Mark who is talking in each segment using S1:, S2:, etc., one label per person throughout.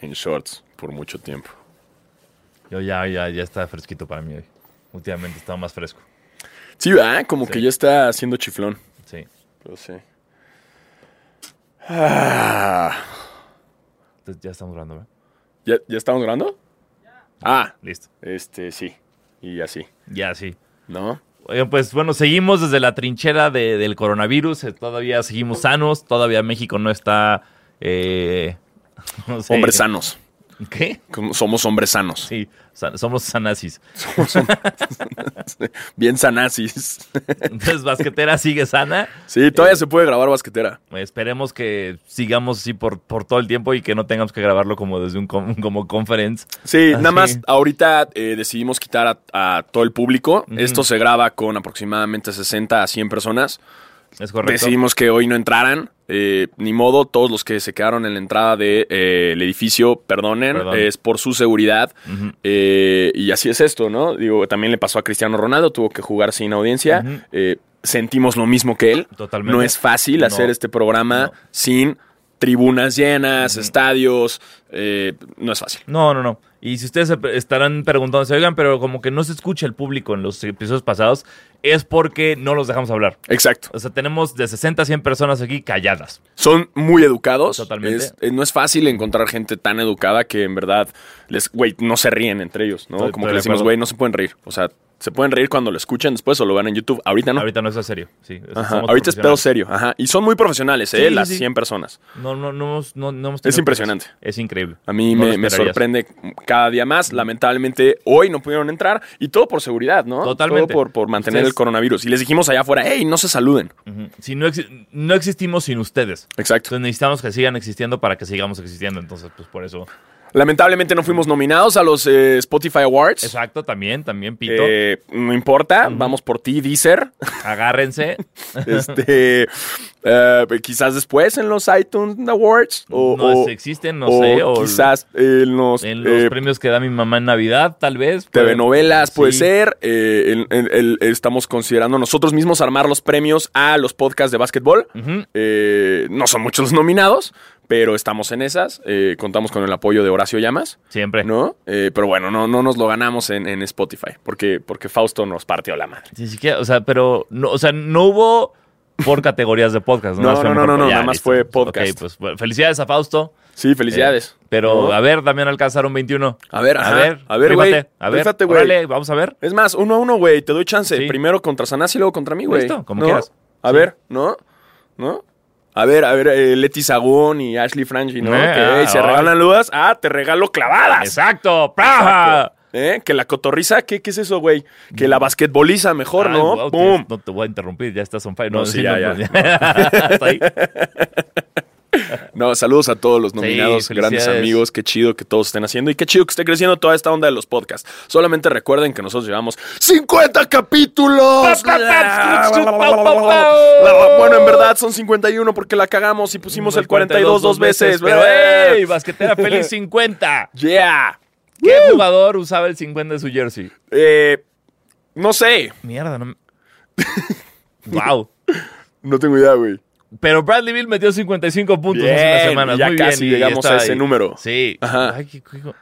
S1: en shorts por mucho tiempo.
S2: Yo ya, ya, ya está fresquito para mí hoy. Últimamente estaba más fresco.
S1: Sí, ¿verdad? Como que ya está haciendo chiflón.
S2: Sí.
S1: Pero sí. Ah.
S2: Entonces ya estamos hablando, ¿verdad?
S1: ¿Ya, ya estamos grabando? Ah,
S2: Listo.
S1: este sí. Y así,
S2: Ya, sí.
S1: ¿no?
S2: Oigan, pues bueno, seguimos desde la trinchera de- del coronavirus. eh, Todavía seguimos sanos. Todavía México no está. eh, no sé.
S1: Hombres sanos.
S2: ¿Qué?
S1: Como- Somos hombres sanos.
S2: Sí, san- somos sanazis.
S1: Somos hombres sanos. Bien sanazis.
S2: Entonces, basquetera sigue sana.
S1: Sí, todavía se puede grabar basquetera.
S2: Esperemos que sigamos así por, por todo el tiempo y que no tengamos que grabarlo como desde un com- como conference.
S1: Sí,
S2: Ah,
S1: nada
S2: sí.
S1: más ahorita eh, decidimos quitar a, a todo el público. Esto se graba con aproximadamente 60 a 100 personas.
S2: Es correcto.
S1: Decidimos que hoy no entraran. eh, ni modo, todos los que se quedaron en la entrada del de, eh, el edificio, perdonen,
S2: Perdón.
S1: es por su seguridad.
S2: Ujú.
S1: Eh, y así es esto, ¿no? Digo, también le pasó a Cristiano Ronaldo, tuvo que jugar sin audiencia.
S2: Ujú.
S1: Eh, sentimos lo mismo que él.
S2: Totalmente.
S1: No es fácil
S2: No.
S1: hacer este programa
S2: No.
S1: sin tribunas llenas, estadios. eh, no es fácil.
S2: No, no, no. Y si ustedes se pre- estarán preguntándose, oigan, pero como que no se escucha el público en los episodios pasados, es porque no los dejamos hablar.
S1: Exacto.
S2: O sea, tenemos de 60 a 100 personas aquí calladas.
S1: Son muy educados.
S2: Totalmente.
S1: Es- eh, no es fácil encontrar gente tan educada que en verdad les, güey, no se ríen entre ellos, ¿no?
S2: Estoy-
S1: Como que
S2: estoy de
S1: les decimos,
S2: acuerdo.
S1: güey, no se pueden reír. O sea, se pueden reír cuando lo escuchan después o lo vean en YouTube. Ahorita Ah, no.
S2: Ahorita no es serio. Sí, o sea,
S1: Ajá,
S2: somos
S1: Ahorita es pedo
S2: profesionales.
S1: serio. Ajá. Y son muy profesionales,
S2: Sí,
S1: ¿eh?
S2: sí,
S1: Las
S2: sí.
S1: 100 personas.
S2: No, no, no, hemos- no, no hemos
S1: Es
S2: tenido
S1: impresionante.
S2: casos. Es increíble.
S1: A mí
S2: No lo
S1: me, me
S2: esperarías.
S1: sorprende cada día más. Lamentablemente, hoy no pudieron entrar y todo por seguridad, ¿no?
S2: Totalmente.
S1: Todo por, por mantener
S2: Ustedes-
S1: el coronavirus. Y les dijimos allá afuera, hey, no se saluden.
S2: Ujú. Si no, exi- no existimos sin ustedes.
S1: Exacto.
S2: Entonces necesitamos que sigan existiendo para que sigamos existiendo. Entonces, pues por eso.
S1: Lamentablemente no fuimos nominados a los eh, Spotify Awards.
S2: Exacto, también, también, Pito.
S1: Eh, no importa,
S2: Ujú.
S1: vamos por ti, Deezer.
S2: Agárrense.
S1: Este, eh, quizás después en los iTunes Awards. O,
S2: no
S1: o-
S2: sé, existen, no
S1: o
S2: sé. O
S1: quizás en los,
S2: en los
S1: eh,
S2: premios que da mi mamá en Navidad, tal vez.
S1: TV
S2: Puede-
S1: novelas, puede
S2: Sí.
S1: ser. eh, el- el- el- estamos considerando nosotros mismos armar los premios a los podcasts de básquetbol.
S2: Ujú.
S1: Eh, no son muchos los nominados, pero estamos en esas. Eh, contamos con el apoyo de Horacio Llamas,
S2: Siempre.
S1: ¿no? Eh, pero bueno, no, no nos lo ganamos en, en Spotify, porque, porque Fausto nos partió la madre.
S2: Ni siquiera, o sea, pero, no, o sea, no hubo por categorías de podcast.
S1: No,
S2: Nada más fue
S1: no, no,
S2: mejor
S1: no,
S2: por-
S1: no,
S2: ya,
S1: nada más
S2: listo.
S1: fue podcast.
S2: Ok, pues bueno, felicidades a Fausto.
S1: Sí, felicidades.
S2: Eh, pero,
S1: ¿No?
S2: a ver, también alcanzaron 21.
S1: A ver, ajá, a ver,
S2: rífate,
S1: güey,
S2: A ver,
S1: rífate, güey.
S2: órale, vamos a ver.
S1: Es más, uno a uno, güey, te doy chance.
S2: Sí.
S1: Primero contra Sanás y luego contra mí, güey.
S2: Listo, como
S1: ¿No?
S2: quieras.
S1: A
S2: Sí.
S1: ver, ¿no? ¿No? A ver, a ver, eh, Leti Sagún y Ashley Franchi, ¿no?
S2: Eh,
S1: Que,
S2: ah,
S1: ey, se
S2: ah.
S1: regalan ludas. Ah, te regalo clavadas.
S2: Exacto, ¡praja!
S1: ¿Eh? Que la cotorriza, ¿qué, qué es eso, güey? Que la basquetboliza mejor,
S2: Ay,
S1: ¿no?
S2: wow, te-
S1: ¡Pum!
S2: no te voy a interrumpir, ya estás on fire.
S1: No, sí, ya, ya.
S2: pues, Hasta ahí.
S1: No, saludos a todos los nominados,
S2: Sí,
S1: grandes
S2: felicidades.
S1: amigos. Qué chido que todos estén haciendo y qué chido que esté creciendo toda esta onda de los podcasts. Solamente recuerden que nosotros llevamos 50 capítulos.
S2: Pa, pa, pa, pa, pa, pa.
S1: Bueno, en verdad son 51 porque la cagamos y pusimos el 42 dos veces.
S2: Pero, eh. ¡ey! Basquetera feliz 50.
S1: Yeah.
S2: ¿Qué jugador usaba el 50 de su jersey?
S1: Eh, no sé.
S2: Mierda, no. wow.
S1: No tengo idea, güey.
S2: Pero Bradley Bill metió 55 puntos hace unas
S1: Bien,
S2: semanas.
S1: ya
S2: Muy
S1: casi
S2: bien, y
S1: llegamos
S2: está
S1: a ese número.
S2: Sí.
S1: Ajá.
S2: Ay, qué- qué-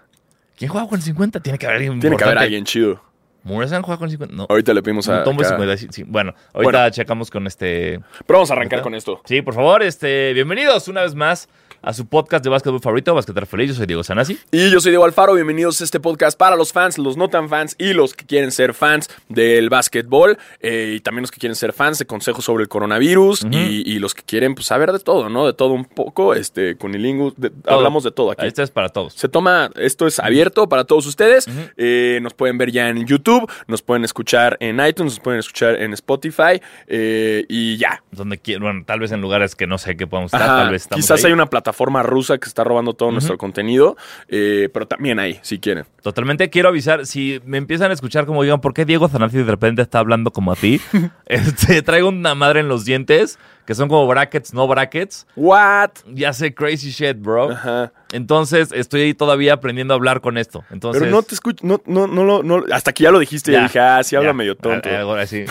S2: ¿Quién juega con 50? Tiene que haber alguien.
S1: Tiene que haber
S2: importante.
S1: alguien chido.
S2: Morrison juega con 50. No.
S1: Ahorita le pedimos a.
S2: Mutombo
S1: acá.
S2: 55. Sí, Bueno, ahorita
S1: Bueno.
S2: checamos con este.
S1: Pero vamos a arrancar con esto.
S2: Sí, por favor, este, bienvenidos una vez más a su podcast de básquetbol favorito, Basquetar Feliz. Yo soy Diego Sanasi.
S1: Y yo soy Diego Alfaro, bienvenidos a este podcast para los fans, los no tan fans y los que quieren ser fans del básquetbol eh, y también los que quieren ser fans de consejos sobre el coronavirus y, y los que quieren pues, saber de todo, ¿no? De todo un poco, este, cunilingus, de- hablamos de todo aquí.
S2: Este es para todos.
S1: Se toma, esto es abierto para todos ustedes. Eh, nos pueden ver ya en YouTube, nos pueden escuchar en iTunes, nos pueden escuchar en Spotify eh, y ya.
S2: Donde quie- bueno, tal vez en lugares que no sé qué podemos estar,
S1: Ajá,
S2: tal vez estamos
S1: Quizás
S2: ahí.
S1: hay una plataforma rusa que está robando todo nuestro contenido, eh, pero también ahí, si quieren.
S2: Totalmente quiero avisar, si me empiezan a escuchar como digan, ¿por qué Diego Zanardi de repente está hablando como a ti? este, traigo una madre en los dientes, que son como brackets, no brackets.
S1: What?
S2: Ya sé, crazy shit, bro.
S1: Ajá.
S2: Entonces, estoy ahí todavía aprendiendo a hablar con esto. Entonces,
S1: Pero no te escucho, no, no, no, lo- no, lo- hasta que ya lo dijiste,
S2: Ya,
S1: ya, dije, ah, sí
S2: ya,
S1: habla medio tonto.
S2: algo así.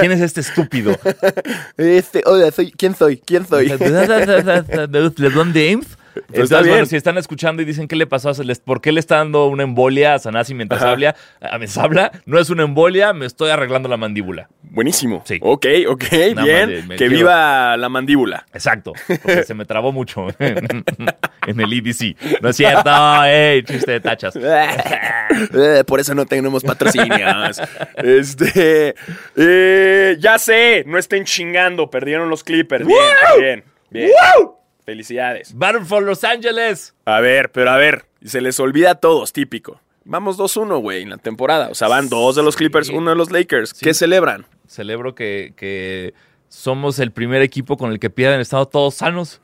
S2: ¿Quién es este estúpido?
S1: Este, hola, soy, ¿quién soy? ¿Quién soy?
S2: ¿De dónde Ames?
S1: Pero Pues está
S2: Entonces, bueno,
S1: bien.
S2: si están escuchando y dicen qué le pasó, a les- por qué le está dando una embolia a Sanasi mientras
S1: Ajá.
S2: habla, a- me habla, no es una embolia, me estoy arreglando la mandíbula.
S1: Buenísimo.
S2: Sí.
S1: Ok, ok,
S2: Nada
S1: bien.
S2: más de- me
S1: que
S2: quiero-
S1: viva la mandíbula.
S2: Exacto, porque se me trabó mucho en el EDC. No es cierto, ey, chiste de tachas.
S1: Eh, Por eso no tenemos patrocinios. este. eh, ya sé, no estén chingando. Perdieron los Clippers. Bien, bien, bien. Felicidades.
S2: Battle for Los Ángeles.
S1: A ver, pero a ver, se les olvida a todos, típico. Vamos 2-1, güey, en la temporada. O sea, van dos de los
S2: Sí.
S1: Clippers, uno de los Lakers.
S2: Sí.
S1: ¿Qué celebran?
S2: Celebro que, que somos el primer equipo con el que pierden estado todos sanos.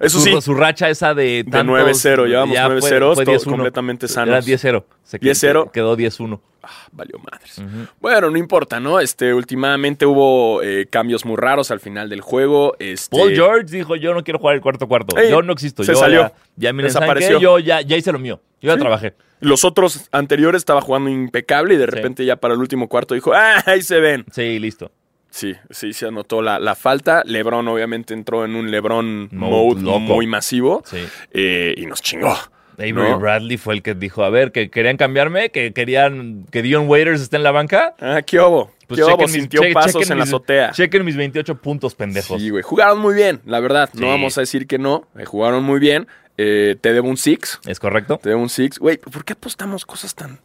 S1: Eso
S2: su,
S1: sí,
S2: su racha esa
S1: De
S2: de, tantos-
S1: 9-0, llevamos
S2: ya fue-
S1: 9-0,
S2: fue
S1: todos
S2: 10-1.
S1: completamente sanos.
S2: Era 10-0. Se quedó-
S1: 10-0.
S2: Quedó 10-1.
S1: Ah, valió madres.
S2: Ujú.
S1: Bueno, no importa, ¿no? Este, últimamente hubo eh, cambios muy raros al final del juego. Este,
S2: Paul George dijo, yo no quiero jugar el cuarto cuarto.
S1: Ey,
S2: yo no existo.
S1: se
S2: yo
S1: salió.
S2: Ya, ya miren, ¿saben
S1: Desapareció.
S2: qué? Yo ya, ya hice lo mío. Yo ya
S1: Sí.
S2: trabajé.
S1: Los otros anteriores estaba jugando impecable y de repente ya para el último cuarto dijo, ¡ah, ahí se ven!
S2: Sí, listo.
S1: Sí, sí, se anotó la, la falta. Lebron obviamente entró en un Lebron
S2: Mode
S1: mode
S2: loco.
S1: muy masivo
S2: Sí.
S1: eh, y nos chingó.
S2: Avery
S1: ¿no?
S2: Bradley fue el que dijo, a ver, que querían cambiarme, que querían que Dion Waiters esté en la banca.
S1: Ah, ¿Qué obo?
S2: Pues
S1: ¿Qué obo?
S2: chequen mis-
S1: Sintió
S2: che-
S1: pasos
S2: chequen
S1: en la
S2: mis-
S1: azotea.
S2: Chequen mis 28 puntos, pendejos.
S1: Sí, güey. Jugaron muy bien, la verdad. No
S2: Sí.
S1: vamos a decir que no. Eh, jugaron muy bien. Eh, te debo un six.
S2: ¿Es correcto?
S1: Te debo un six. Güey, ¿por qué apostamos cosas tan...?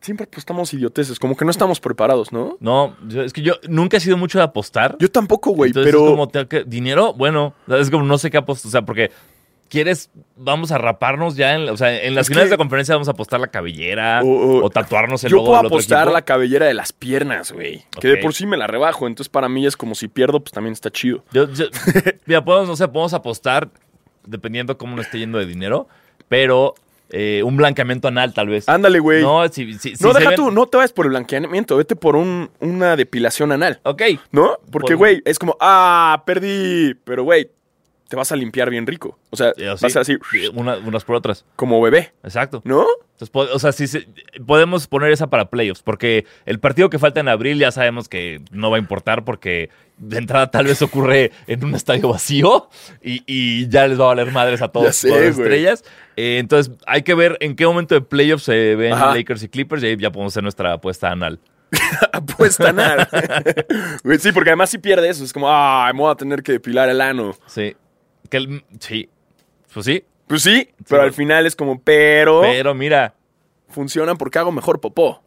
S1: Siempre apostamos idioteces. Como que no estamos preparados, ¿no?
S2: No, yo- es que yo nunca he sido mucho de apostar.
S1: Yo tampoco, güey,
S2: Entonces
S1: pero...
S2: es como, te- ¿qué? ¿dinero? Bueno, o sea, es como no sé qué apostar. O sea, porque quieres, vamos a raparnos ya. En, la- o sea, en las
S1: Es
S2: finales
S1: que-
S2: de conferencia vamos a apostar la cabellera
S1: O- o-
S2: o tatuarnos el
S1: Yo
S2: logo
S1: puedo
S2: del otro
S1: apostar
S2: equipo.
S1: la cabellera de las piernas, güey. Que de
S2: Ok.
S1: por sí me la rebajo. Entonces, para mí es como si pierdo, pues también está chido.
S2: Yo- yo- mira, podemos, no sé, podemos apostar dependiendo cómo nos esté yendo de dinero, pero eh, un blanqueamiento anal tal vez.
S1: Ándale, güey. No,
S2: No, si, si- si se
S1: deja
S2: ven-
S1: tú, Ah, no te vayas por el blanqueamiento. Vete por un- una depilación anal,
S2: Ok, Eh,
S1: ¿no? Porque,
S2: Por-
S1: güey, es como, ah, perdí. Pero, güey, te vas a limpiar bien rico. O sea,
S2: eh, o sí,
S1: vas a así,
S2: eh, una- unas por otras.
S1: como bebé,
S2: Exacto.
S1: ¿no?
S2: Entonces, po- o sea, sí se- podemos poner esa para playoffs, porque el partido que falta en abril ya sabemos que no va a importar, porque de entrada tal vez ocurre en un estadio vacío y, y ya les va a valer madres a
S1: Ya
S2: todos,
S1: sé,
S2: todas las
S1: güey.
S2: estrellas. Eh, entonces, hay que ver en qué momento de playoffs se ven
S1: Ajá.
S2: Lakers y Clippers y ahí ya podemos hacer nuestra apuesta anal.
S1: Apuesta anal. Güey, sí, porque además si pierdes, es como, ah, me voy a tener que depilar el ano.
S2: Sí. Que el- sí. Pues sí.
S1: Pues sí, pero al
S2: güey.
S1: final es como, pero,
S2: Pero mira,
S1: funcionan porque hago mejor popó.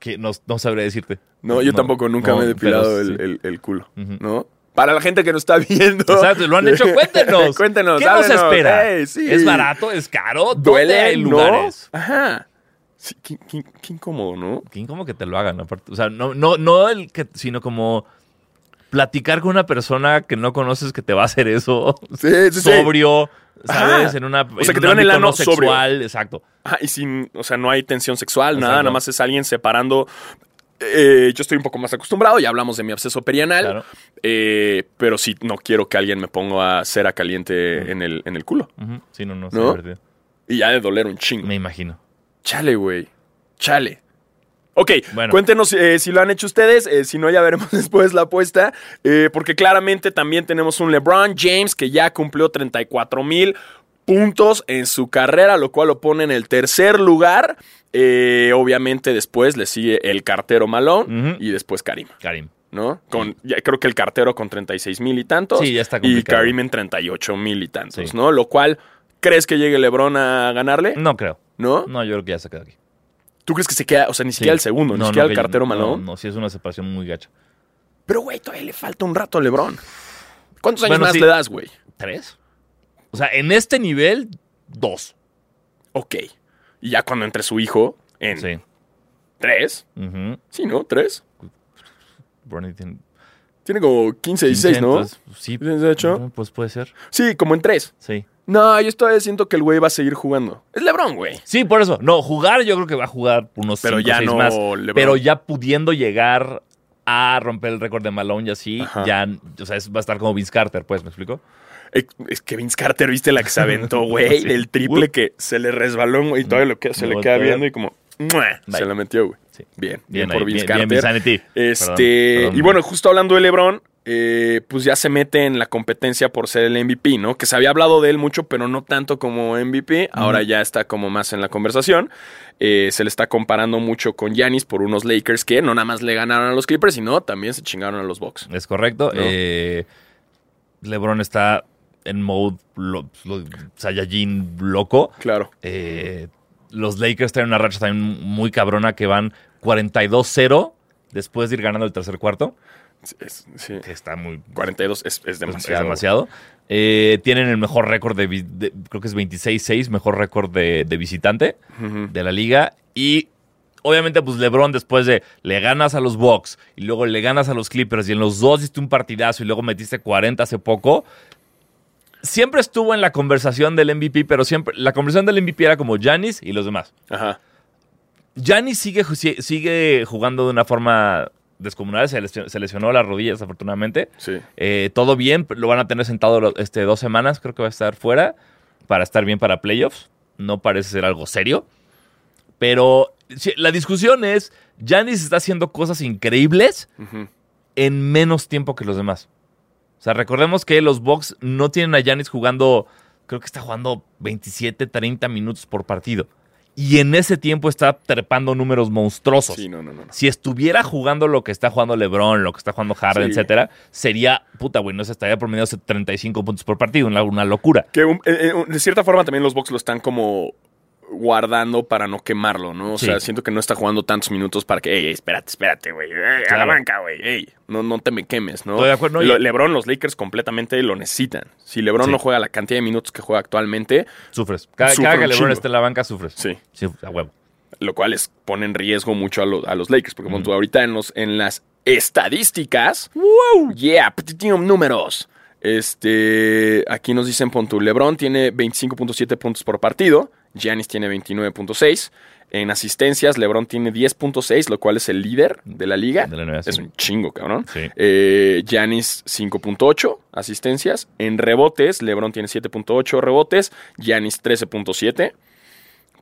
S2: que no, no sabré decirte.
S1: No, yo tampoco nunca
S2: no,
S1: me he depilado
S2: pero
S1: el,
S2: sí.
S1: el- el culo,
S2: Ujú.
S1: ¿no? Para la gente que nos está viendo.
S2: Exacto, lo han hecho. Cuéntenos.
S1: Cuéntenos.
S2: ¿Qué nos
S1: háblenos.
S2: espera?
S1: Ey, sí.
S2: ¿Es barato? ¿Es caro? ¿Dónde
S1: Duele,
S2: hay
S1: ¿no?
S2: lugares?
S1: Ajá. Sí, qué, qué- qué incómodo, ¿no?
S2: Qué incómodo que te lo hagan, aparte. O sea, no, no, no el que, sino como platicar con una persona que no conoces que te va a hacer eso.
S1: Sí, sí, sí.
S2: Sobrio,
S1: Ajá.
S2: ¿sabes? En una.
S1: O sea,
S2: en
S1: que
S2: un
S1: te vean el
S2: ámbito
S1: ano
S2: no
S1: sobrio.
S2: sexual, exacto.
S1: Ajá, y sin, o sea, no hay tensión sexual, nada,
S2: Exacto.
S1: nada más es alguien separando. Eh, yo estoy un poco más acostumbrado, ya hablamos de mi absceso perianal,
S2: Claro.
S1: eh, pero sí no quiero que alguien me ponga a cera caliente en el, en el culo.
S2: Ujú. Sí, no, no.
S1: ¿No?
S2: ¿No?
S1: Y ya de doler un chingo.
S2: Me imagino.
S1: Chale, güey. Chale. Ok,
S2: Bueno.
S1: cuéntenos eh, si lo han hecho ustedes, eh, si no ya veremos después la apuesta, eh, porque claramente también tenemos un LeBron James que ya cumplió 34 mil puntos en su carrera, lo cual lo pone en el tercer lugar. Eh, obviamente después le sigue el cartero Malone
S2: Ujú.
S1: y después Karim,
S2: Karim.
S1: ¿no? Con, ya creo que el cartero con 36 mil y tantos
S2: Sí, ya está
S1: y
S2: complicado.
S1: Karim en 38 mil y tantos,
S2: Sí. Mm.
S1: ¿no? Lo cual, ¿crees que llegue LeBron a ganarle?
S2: No creo.
S1: ¿No?
S2: No, yo creo que ya se quedó aquí.
S1: ¿Tú crees que se queda, o sea, ni siquiera el segundo, ni
S2: No,
S1: siquiera
S2: no,
S1: el
S2: que-
S1: cartero
S2: no,
S1: Malone?
S2: No, sí, es una separación muy gacha.
S1: Pero, güey, todavía le falta un rato a LeBron. ¿Cuántos años
S2: Bueno,
S1: más
S2: sí.
S1: le das, güey?
S2: ¿Tres? O sea, en este nivel, dos.
S1: Ok. Y ya cuando entre su hijo en
S2: Sí.
S1: tres.
S2: Ujú.
S1: Sí, ¿no? Tres.
S2: Bronny tiene
S1: Tiene como 15, 16, ¿no?
S2: 1500, Sí.
S1: 18.
S2: Ujú, Pues puede ser.
S1: Sí, como en tres.
S2: Sí.
S1: No, yo todavía siento que el güey va a seguir jugando. Es LeBron, güey.
S2: Sí, por eso. No, jugar yo creo que va a jugar unos
S1: Pero
S2: cinco,
S1: ya
S2: seis
S1: no
S2: más.
S1: LeBron.
S2: Pero ya pudiendo llegar a romper el récord de Malone y así,
S1: Ajá.
S2: ya, o sea, es- va a estar como Vince Carter, pues, ¿me explico?
S1: Eh, Es que Vince Carter, ¿viste la que se aventó, güey?
S2: Sí.
S1: Del triple que se le resbaló, güey, y todavía lo que, se
S2: Me
S1: le
S2: voltea.
S1: queda viendo y como... ¡mua! Se
S2: Bye.
S1: la metió, güey.
S2: Sí.
S1: Bien, bien,
S2: Bien,
S1: por
S2: ahí,
S1: Vince
S2: bien, bien,
S1: Carter.
S2: Insanity.
S1: Este,
S2: Perdón, perdón,
S1: y bueno, justo hablando de LeBron, eh, pues ya se mete en la competencia por ser el MVP, ¿no? Que se había hablado de él mucho, pero no tanto como MVP. Ahora ya está como más en la conversación. Eh, se le está comparando mucho con Giannis por unos Lakers que no nada más le ganaron a los Clippers, sino también se chingaron a los Bucks.
S2: Es correcto.
S1: No.
S2: Eh, LeBron está en mode lo, lo- Saiyajin loco.
S1: Claro.
S2: Eh, los Lakers traen una racha también muy cabrona que van 42-0 después de ir ganando el tercer cuarto,
S1: Sí, es- sí.
S2: que está muy
S1: 42 es, es
S2: pues,
S1: demasiado.
S2: es demasiado. Eh, tienen el mejor récord de, vi- de- creo que es 26-6, mejor récord de, de visitante
S1: Ujú.
S2: de la liga y obviamente pues LeBron después de le ganas a los Bucks y luego le ganas a los Clippers y en los dos diste un partidazo y luego metiste 40 hace poco. Siempre estuvo en la conversación del MVP, pero siempre la conversación del MVP era como Giannis y los demás.
S1: Ajá.
S2: Giannis sigue, ju- si- sigue jugando de una forma descomunal, se lesio- se lesionó las rodillas afortunadamente.
S1: Sí.
S2: Eh, todo bien, lo van a tener sentado lo- este, dos semanas, creo que va a estar fuera, para estar bien para playoffs. No parece ser algo serio. Pero sí, la discusión es, Giannis está haciendo cosas increíbles
S1: Ujú.
S2: en menos tiempo que los demás. O sea, recordemos que los Bucks no tienen a Giannis jugando, creo que está jugando 27, 30 minutos por partido. Y en ese tiempo está trepando números monstruosos.
S1: Sí, no, no, no. no.
S2: Si estuviera jugando lo que está jugando LeBron, lo que está jugando Harden,
S1: Sí.
S2: etcétera, sería, puta, güey, no se estaría promediando 35 puntos por partido, una, una locura.
S1: Que un- eh, eh, un- de cierta forma también los Bucks lo están como guardando para no quemarlo, ¿no? O
S2: Sí.
S1: sea, siento que no está jugando tantos minutos para que, ey, ey, espérate, espérate, güey, ey, a la
S2: Claro.
S1: banca, güey, ey, no, no te me quemes, ¿no?
S2: Estoy de acuerdo, no, y-
S1: Lo- LeBron, los Lakers completamente lo necesitan. Si LeBron
S2: Sí.
S1: no juega la cantidad de minutos que juega actualmente,
S2: Sufres. Cada,
S1: Sufre
S2: cada que
S1: un
S2: LeBron
S1: chingo.
S2: esté en la banca, sufres.
S1: sí,
S2: Sí, a huevo.
S1: lo cual es, pone en riesgo mucho a, lo- a los Lakers, porque como tú ahorita en, los, en las estadísticas, ¡wow! Yeah, petitín, números. Este, aquí nos dicen Pontu, LeBron tiene 25.7 puntos por partido, Giannis tiene 29.6. En asistencias, LeBron tiene 10.6, lo cual es el líder de la liga.
S2: De la NBA, sí.
S1: Es un chingo, cabrón.
S2: Sí.
S1: Eh, Giannis 5.8 asistencias. En rebotes, LeBron tiene 7.8 rebotes, Giannis 13.7.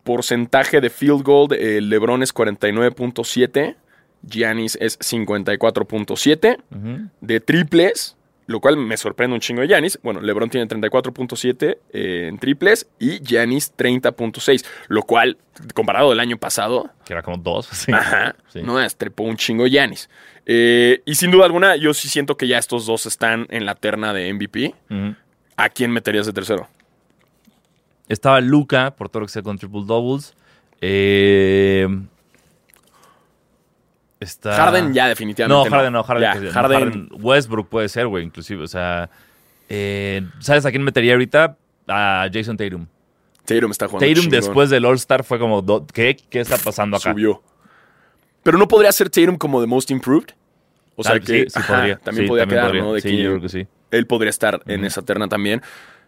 S1: Porcentaje de field goal, de, eh, LeBron es 49.7, Giannis es 54.7.
S2: Ujú.
S1: De triples, lo cual me sorprende un chingo de Giannis. Bueno, LeBron tiene 34.7 eh, en triples y Giannis 30.6, lo cual, comparado del año pasado,
S2: Que era como dos. sí.
S1: Ajá.
S2: Sí.
S1: No estrepó un chingo Yanis. Eh, y sin duda alguna, yo sí siento que ya estos dos están en la terna de MVP.
S2: Ujú.
S1: ¿A quién meterías de tercero?
S2: Estaba Luca, por todo lo que sea con triple doubles. Eh, está.
S1: Harden ya definitivamente.
S2: Ah. No, Harden no, Harden,
S1: Ya,
S2: que- no,
S1: Harden-
S2: Harden- Westbrook puede ser, güey, inclusive. O sea, eh, ¿sabes a quién metería ahorita? A Jason Tatum.
S1: Tatum está jugando.
S2: Tatum
S1: chingón.
S2: después del All-Star fue como, do- ¿qué? ¿Qué está pasando acá?
S1: subió. Pero no podría ser Tatum como de Most Improved. O sea
S2: Tal-
S1: que
S2: sí, sí
S1: ajá,
S2: podría.
S1: también
S2: Sí,
S1: podría
S2: también
S1: quedar,
S2: podría.
S1: ¿no? De
S2: sí,
S1: que
S2: yo creo que sí.
S1: él podría estar en esa terna también.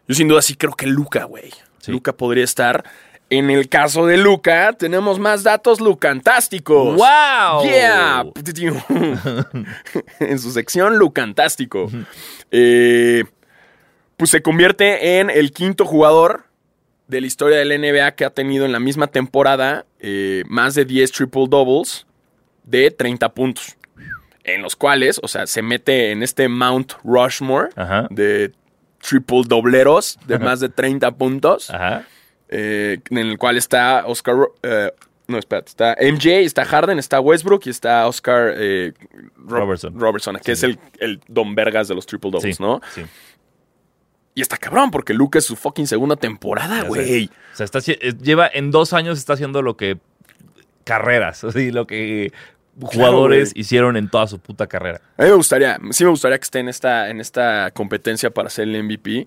S1: Yo sin duda sí creo que Luca, güey.
S2: Sí.
S1: Luca podría estar. En el caso de Luca, tenemos más datos lucantásticos.
S2: ¡Wow!
S1: Yeah. en su sección Lucantástico. Eh, pues se convierte en el quinto jugador de la historia del NBA que ha tenido en la misma temporada eh, más de 10 triple doubles de 30 puntos. En los cuales, o sea, se mete en este Mount Rushmore
S2: Ajá.
S1: de triple dobleros de más de 30 puntos
S2: Ajá.
S1: eh, en el cual está Oscar. Ro- eh, no, espérate, está MJ, está Harden, está Westbrook y está Oscar eh, Ro-
S2: Robertson.
S1: que es el, el don vergas de los triple
S2: Sí,
S1: doubles, ¿no?
S2: sí.
S1: Y está cabrón, porque Luke es su fucking segunda temporada,
S2: Ya
S1: güey.
S2: O sea, está, haci- eh, lleva en dos años está haciendo lo que carreras, así, lo que jugadores
S1: güey.
S2: hicieron en toda su puta carrera.
S1: A mí me gustaría, sí me gustaría que esté en esta, en esta competencia para ser el MVP.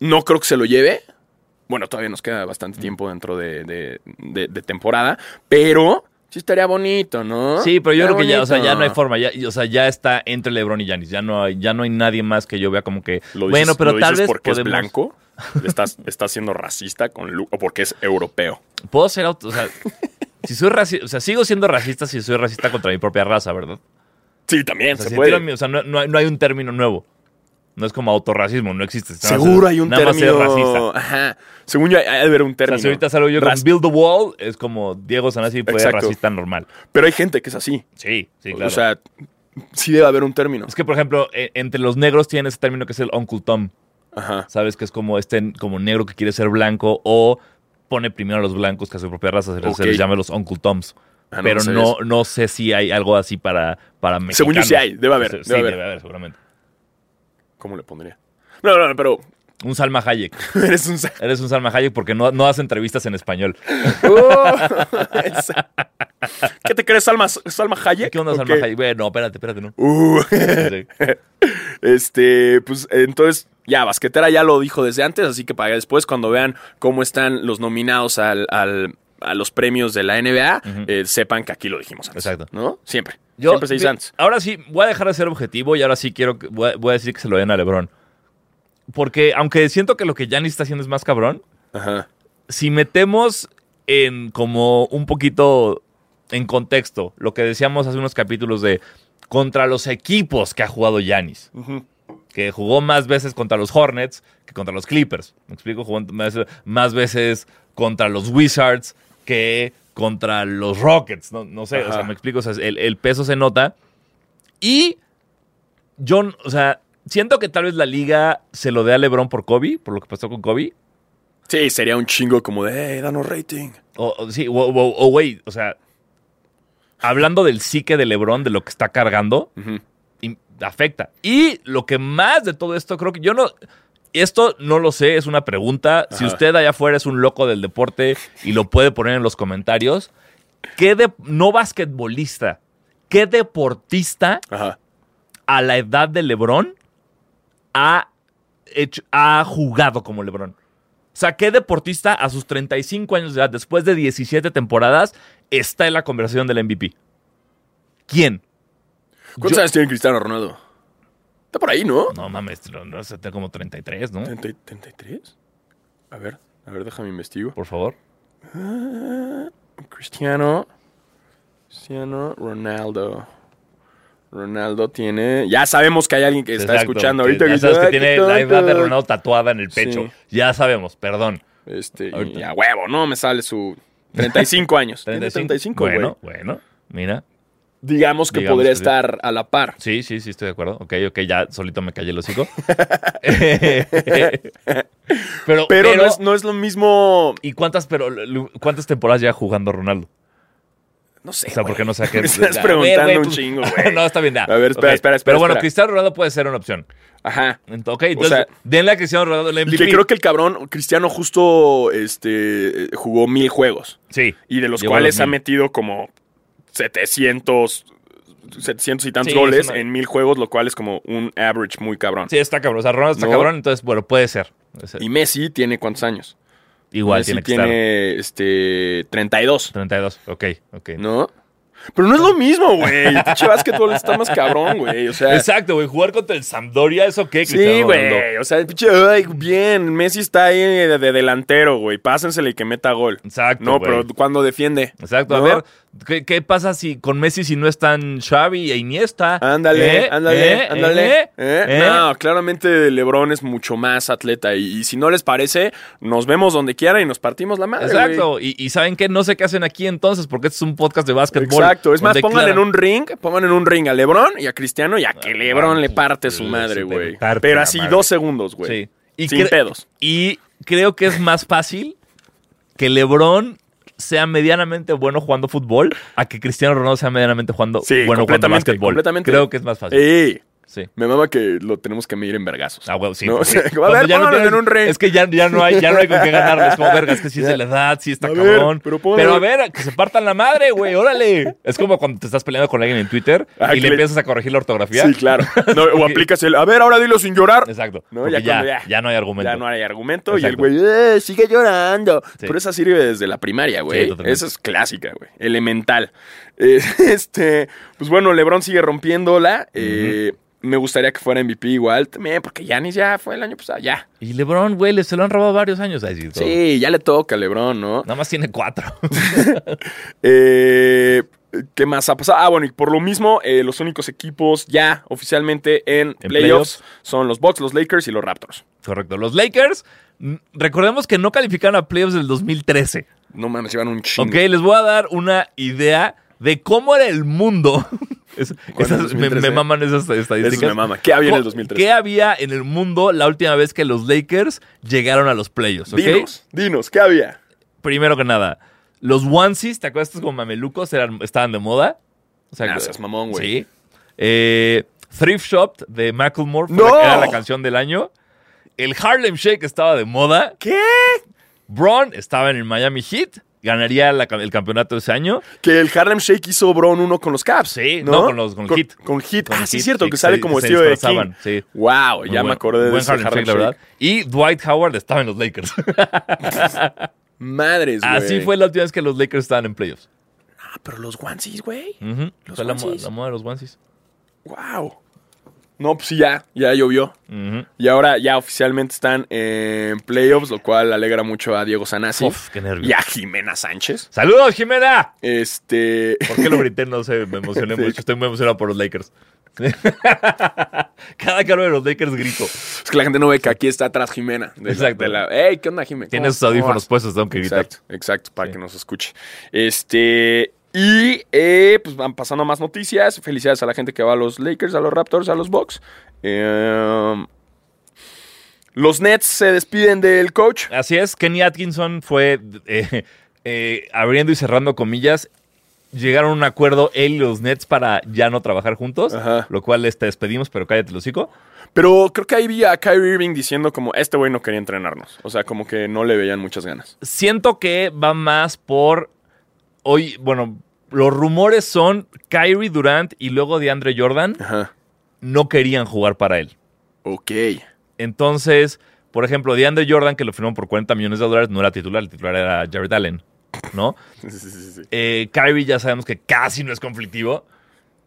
S1: No creo que se lo lleve. Bueno, todavía nos queda bastante tiempo dentro de, de- de- de temporada, pero sí estaría bonito, ¿no?
S2: Sí, pero yo
S1: Estaría
S2: creo que ya, o sea, ya
S1: Ah, bonito.
S2: no hay forma. Ya, y- o sea, ya está entre LeBron y Giannis. Ya no hay, ya no hay nadie más que yo vea como que.
S1: Lo dices-
S2: bueno, pero
S1: lo
S2: tal
S1: dices
S2: vez
S1: porque
S2: podemos-
S1: es blanco. Estás, estás siendo racista con Lu- o porque es europeo.
S2: Puedo ser auto. O sea, si soy raci- o sea, sigo siendo racista si soy racista contra mi propia raza, ¿verdad?
S1: Sí, también
S2: O sea,
S1: se
S2: si
S1: puede.
S2: tiro a mi- o sea, no, no hay, no hay un término nuevo. No es como autorracismo, no existe. Nada más
S1: Seguro
S2: es-
S1: hay un
S2: nada más es
S1: término.
S2: racista.
S1: Ajá. Según yo, hay- hay de haber un
S2: O sea,
S1: término.
S2: si ahorita salgo yo
S1: Ras-
S2: con Build the Wall, es como Diego Sanasi fue
S1: Exacto.
S2: racista normal.
S1: Pero hay gente que es así.
S2: Sí, sí, claro.
S1: O sea, sí debe haber un término.
S2: es que, por ejemplo, e- entre los negros tienen ese término que es el Uncle Tom.
S1: Ajá.
S2: ¿Sabes? Que es como este como negro que quiere ser blanco o pone primero a los blancos que a su propia raza. Se, les- se
S1: Ok.
S2: les llama los Uncle Toms.
S1: Ah, no,
S2: pero
S1: no sabía
S2: no, no sé si hay algo así para, para mexicanos.
S1: Según yo sí hay, debe haber,
S2: Sí,
S1: debe
S2: sí, debe
S1: haber.
S2: haber. seguramente.
S1: ¿Cómo le pondría? No, no, no, pero
S2: Un Salma Hayek.
S1: eres un... sa-
S2: Eres un Salma Hayek porque no, no hace entrevistas en español.
S1: Oh,
S2: Uh.
S1: esa- ¿Qué te crees, Salma, Salma Hayek?
S2: ¿Qué onda,
S1: ¿O
S2: Salma
S1: qué?
S2: Hayek? Güey, No, espérate, espérate, no.
S1: Uh,
S2: Sí.
S1: este, pues entonces ya, Basquetera ya lo dijo desde antes, así que para después cuando vean cómo están los nominados al, al- a los premios de la NBA,
S2: Ujú.
S1: eh, sepan que aquí lo dijimos antes.
S2: Exacto.
S1: ¿No? Siempre.
S2: Yo-
S1: Siempre se dice
S2: mi-
S1: antes.
S2: Ahora sí, voy a dejar de ser objetivo y ahora sí quiero que- voy, a, voy a decir que se lo den a LeBron. Porque aunque siento que lo que Giannis está haciendo es más cabrón,
S1: Ajá.
S2: si metemos en como un poquito en contexto lo que decíamos hace unos capítulos de contra los equipos que ha jugado Giannis,
S1: Ujú.
S2: que jugó más veces contra los Hornets que contra los Clippers. Me explico, jugó más, más veces contra los Wizards que contra los Rockets. No, no sé, o sea,
S1: Ajá.
S2: me explico, o sea, el, el peso se nota. Y yo, n- o sea, siento que tal vez la liga se lo dé a LeBron por Kobe, por lo que pasó con Kobe.
S1: Sí, sería un chingo como de, hey, danos rating.
S2: O, o- sí, o, o- o, güey, o sea, hablando del psique de LeBron, de lo que está cargando,
S1: Ujú.
S2: im- afecta. Y lo que más de todo esto, creo que yo no. Esto no lo sé, es una pregunta. Si
S1: Ajá.
S2: usted allá afuera es un loco del deporte y lo puede poner en los comentarios, ¿qué de, no basquetbolista, qué deportista
S1: Ajá.
S2: a la edad de LeBron ha, hecho- ha jugado como LeBron. O sea, ¿qué deportista a sus 35 años de edad, después de 17 temporadas, está en la conversación del MVP? ¿Quién?
S1: ¿Cuántos
S2: Yo-
S1: años tiene Cristiano Ronaldo? Está por ahí, ¿no?
S2: No mames, no, no sé, tengo como 33, ¿no?
S1: ¿Treinta y- ¿33? A ver, a ver, déjame investigo.
S2: Por favor.
S1: Ah, Cristiano. Cristiano Ronaldo. Ronaldo tiene. Ya sabemos que hay alguien que está
S2: Exacto,
S1: escuchando
S2: que
S1: ahorita.
S2: Ya
S1: que
S2: sabes
S1: dice,
S2: que
S1: "Ay,
S2: tiene
S1: qué
S2: la edad de
S1: tonto".
S2: Ronaldo tatuada en el pecho.
S1: Sí.
S2: Ya sabemos, perdón.
S1: Este, y
S2: Ahorita.
S1: a huevo, no me sale su. 35 años. Tiene 35, güey.
S2: bueno, bueno, mira.
S1: digamos que
S2: digamos
S1: podría
S2: que sí.
S1: estar a la par.
S2: Sí, sí, sí, estoy de acuerdo. Ok, ok, ya solito me callé el hocico. pero,
S1: Pero,
S2: pero-
S1: no, es, no es lo mismo.
S2: ¿y cuántas, pero, lu- cuántas temporadas ya jugando Ronaldo?
S1: No sé.
S2: O sea,
S1: güey.
S2: porque no sé a qué.
S1: Me estás
S2: a ver,
S1: preguntando
S2: güey,
S1: un
S2: pues-
S1: chingo, güey.
S2: no, está bien, ya.
S1: A ver, espera, espera,
S2: Ok,
S1: espera,
S2: Pero bueno,
S1: espera.
S2: Cristiano Ronaldo puede ser una opción.
S1: Ajá.
S2: Ent- Ok, entonces,
S1: sea-
S2: denle a Cristiano Ronaldo el
S1: Y
S2: MVP.
S1: que creo que el cabrón, Cristiano, justo este, jugó mil juegos.
S2: Sí.
S1: y de los
S2: Llegó a
S1: cuales
S2: los
S1: ha
S2: mil.
S1: metido como 700, 700 y tantos
S2: Sí, es
S1: goles
S2: una-
S1: en mil juegos, lo cual es como un average muy cabrón.
S2: Sí, está cabrón. O sea, Ronaldo está
S1: No.
S2: cabrón, entonces, bueno, puede ser. Puede ser.
S1: Y Messi tiene cuántos años?
S2: Igual
S1: Messi
S2: tiene que estar.
S1: tiene este 32,
S2: 32. Ok, ok.
S1: ¿no? Pero no es lo mismo, güey. El Pinche básquetbol está más cabrón, güey. O sea,
S2: Exacto, güey. Jugar contra el Sampdoria, ¿eso qué, Cristiano
S1: sí,
S2: Ronaldo?
S1: güey. O sea, el pinche, ay, bien. Messi está ahí de, de delantero, güey. Pásensele y que meta gol.
S2: Exacto,
S1: No,
S2: güey.
S1: pero cuando defiende.
S2: Exacto, a
S1: ¿No?
S2: ver, ¿qué, qué pasa si con Messi si no están Xavi e Iniesta?
S1: Ándale,
S2: ¿Eh?
S1: ándale,
S2: ¿Eh?
S1: ándale.
S2: ¿Eh?
S1: ¿Eh?
S2: ¿Eh?
S1: No, claramente LeBron es mucho más atleta. Y, y si no les parece, nos vemos donde quiera y nos partimos la madre. güey.
S2: Exacto, y, y ¿saben qué? No sé qué hacen aquí entonces, porque este es un podcast de básquetbol.
S1: Exacto. Es más,
S2: donde
S1: pongan en
S2: Clara-
S1: un ring, pongan en un ring a LeBron y a Cristiano y a que LeBron le parte su
S2: Ah, sí,
S1: madre,
S2: sí,
S1: güey.
S2: te parte
S1: Pero
S2: la
S1: así
S2: madre.
S1: dos segundos, güey.
S2: Sí. Y
S1: Sin
S2: cre-
S1: pedos.
S2: Y creo que es más fácil que LeBron sea medianamente bueno jugando fútbol a que Cristiano Ronaldo sea medianamente jugando
S1: Sí,
S2: bueno jugando
S1: completamente,
S2: básquetbol.
S1: completamente. Eh,
S2: Creo que es más fácil.
S1: Ey,
S2: Sí.
S1: me mama que lo tenemos que medir en vergazos.
S2: Ah, huevo, sí.
S1: No,
S2: pues,
S1: o sea,
S2: sí.
S1: a ver,
S2: Cuando ya no
S1: pónganlos
S2: tienes-
S1: en un ring.
S2: Es que ya, ya no hay, ya no hay con qué ganarles. Como vergas, que sí es de la edad, sí está
S1: A ver,
S2: cabrón.
S1: pero
S2: pero,
S1: pónganlo-
S2: a ver, que se partan la madre, güey, órale. Es como cuando te estás peleando con alguien en Twitter
S1: Ah, que
S2: y
S1: le-
S2: le empiezas a corregir la ortografía.
S1: Sí, claro. No, o aplicas el. A ver, ahora dilo sin llorar.
S2: Exacto.
S1: No,
S2: porque
S1: ya
S2: ya,
S1: cuando
S2: ya,
S1: ya-
S2: no hay argumento.
S1: Ya no hay argumento
S2: Exacto.
S1: y el güey "Eh, sigue llorando.
S2: Sí.
S1: Pero esa sirve desde la primaria,
S2: Sí,
S1: güey.
S2: totalmente.
S1: esa es clásica, güey. Elemental. Eh, este, pues bueno, LeBron sigue rompiéndola. Eh, Me gustaría que fuera MVP igual también, porque Yanis ya fue el año pasado. Ya.
S2: Y LeBron, güey, le- se lo han robado varios años. Ahí, todo.
S1: Sí, ya le toca a LeBron, ¿no?
S2: Nada más tiene cuatro.
S1: Eh, ¿Qué más ha pasado? Ah, bueno, y por lo mismo, eh, los únicos equipos ya oficialmente en, playoffs,
S2: playoffs.
S1: son los Bucks, los Lakers y los Raptors.
S2: Correcto. Los Lakers, mm, recordemos que no calificaron a playoffs del 2013.
S1: No mames, llevan un chingo.
S2: Ok, les voy a dar una idea de cómo era el mundo. Es-
S1: ¿Cuándo?
S2: esas- me,
S1: 2013.
S2: me maman esas estadísticas.
S1: Eso me mama. ¿Qué había en el
S2: Co-
S1: 2013?
S2: ¿Qué había en el mundo la última vez que los Lakers llegaron a los playoffs? ok?
S1: Dinos, dinos, ¿qué había?
S2: Primero que nada, los onesies, ¿te acuerdas estos como mamelucos? Eran, estaban de moda. O sea,
S1: Ah,
S2: que-
S1: seas mamón, güey.
S2: Sí. Eh, Thrift Shop de Macklemore fue
S1: ¡No!
S2: la- era la canción del año. El Harlem Shake estaba de moda.
S1: ¿Qué?
S2: Braun estaba en el Miami Heat. Ganaría la- el campeonato ese año.
S1: Que el Harlem Shake hizo Bron uno con los Caps.
S2: Sí, no, con los- con Heat.
S1: Con Hit.
S2: Con
S1: ah, sí,
S2: Heat,
S1: es cierto,
S2: sí,
S1: que sale
S2: se-
S1: como
S2: se
S1: vestido de King.
S2: disfrazaban, sí.
S1: Wow,
S2: Muy
S1: ya
S2: buen-
S1: me acordé de
S2: buen
S1: ese Harlem,
S2: Shake, la
S1: Shake.
S2: verdad. Y Dwight Howard estaba en los Lakers.
S1: Madres, güey.
S2: Así Ah, fue la última vez que los Lakers estaban en playoffs.
S1: Ah, pero los onesies, güey.
S2: Ujú.
S1: Los
S2: Fue la, mo-
S1: onesies.
S2: la moda de los onesies.
S1: Wow. No, pues sí, ya, ya llovió.
S2: Ujú.
S1: Y ahora ya oficialmente están en playoffs, lo cual alegra mucho a Diego Sanasi
S2: Uf, qué nervio.
S1: y a Jimena Sánchez.
S2: ¡Saludos, Jimena!
S1: Este.
S2: ¿Por qué lo grité? No sé, me emocioné
S1: Sí.
S2: mucho. Estoy muy emocionado por los Lakers. Cada que hablo de los Lakers grito.
S1: Es que la gente no ve que aquí está atrás Jimena. de la-
S2: Exacto.
S1: de la- ¡Ey, qué onda, Jimena!
S2: Tienes sus
S1: ah.
S2: audífonos puestos, tengo que gritar.
S1: Exacto, exacto, para que nos escuche. Este. Y eh, pues van pasando más noticias. Felicidades a la gente que va a los Lakers, a los Raptors, a los Bucks. Em, los Nets se despiden del coach.
S2: Así es, Kenny Atkinson fue eh, eh, abriendo y cerrando comillas. Llegaron a un acuerdo él y los Nets para ya no trabajar juntos,
S1: Ajá.
S2: lo cual les te despedimos, pero cállate, el hocico.
S1: Pero creo que ahí vi a Kyrie Irving diciendo como este güey no quería entrenarnos. O sea, como que no le veían muchas ganas.
S2: Siento que va más por hoy, bueno, los rumores son Kyrie Durant y luego de Andre Jordan
S1: Ajá.
S2: no querían jugar para él.
S1: Ok.
S2: Entonces, por ejemplo, DeAndre Jordan, que lo firmó por 40 millones de dólares, no era titular, el titular era Jared Allen, ¿no?
S1: Sí, sí, sí, sí.
S2: Eh, Kyrie ya sabemos que casi no es conflictivo.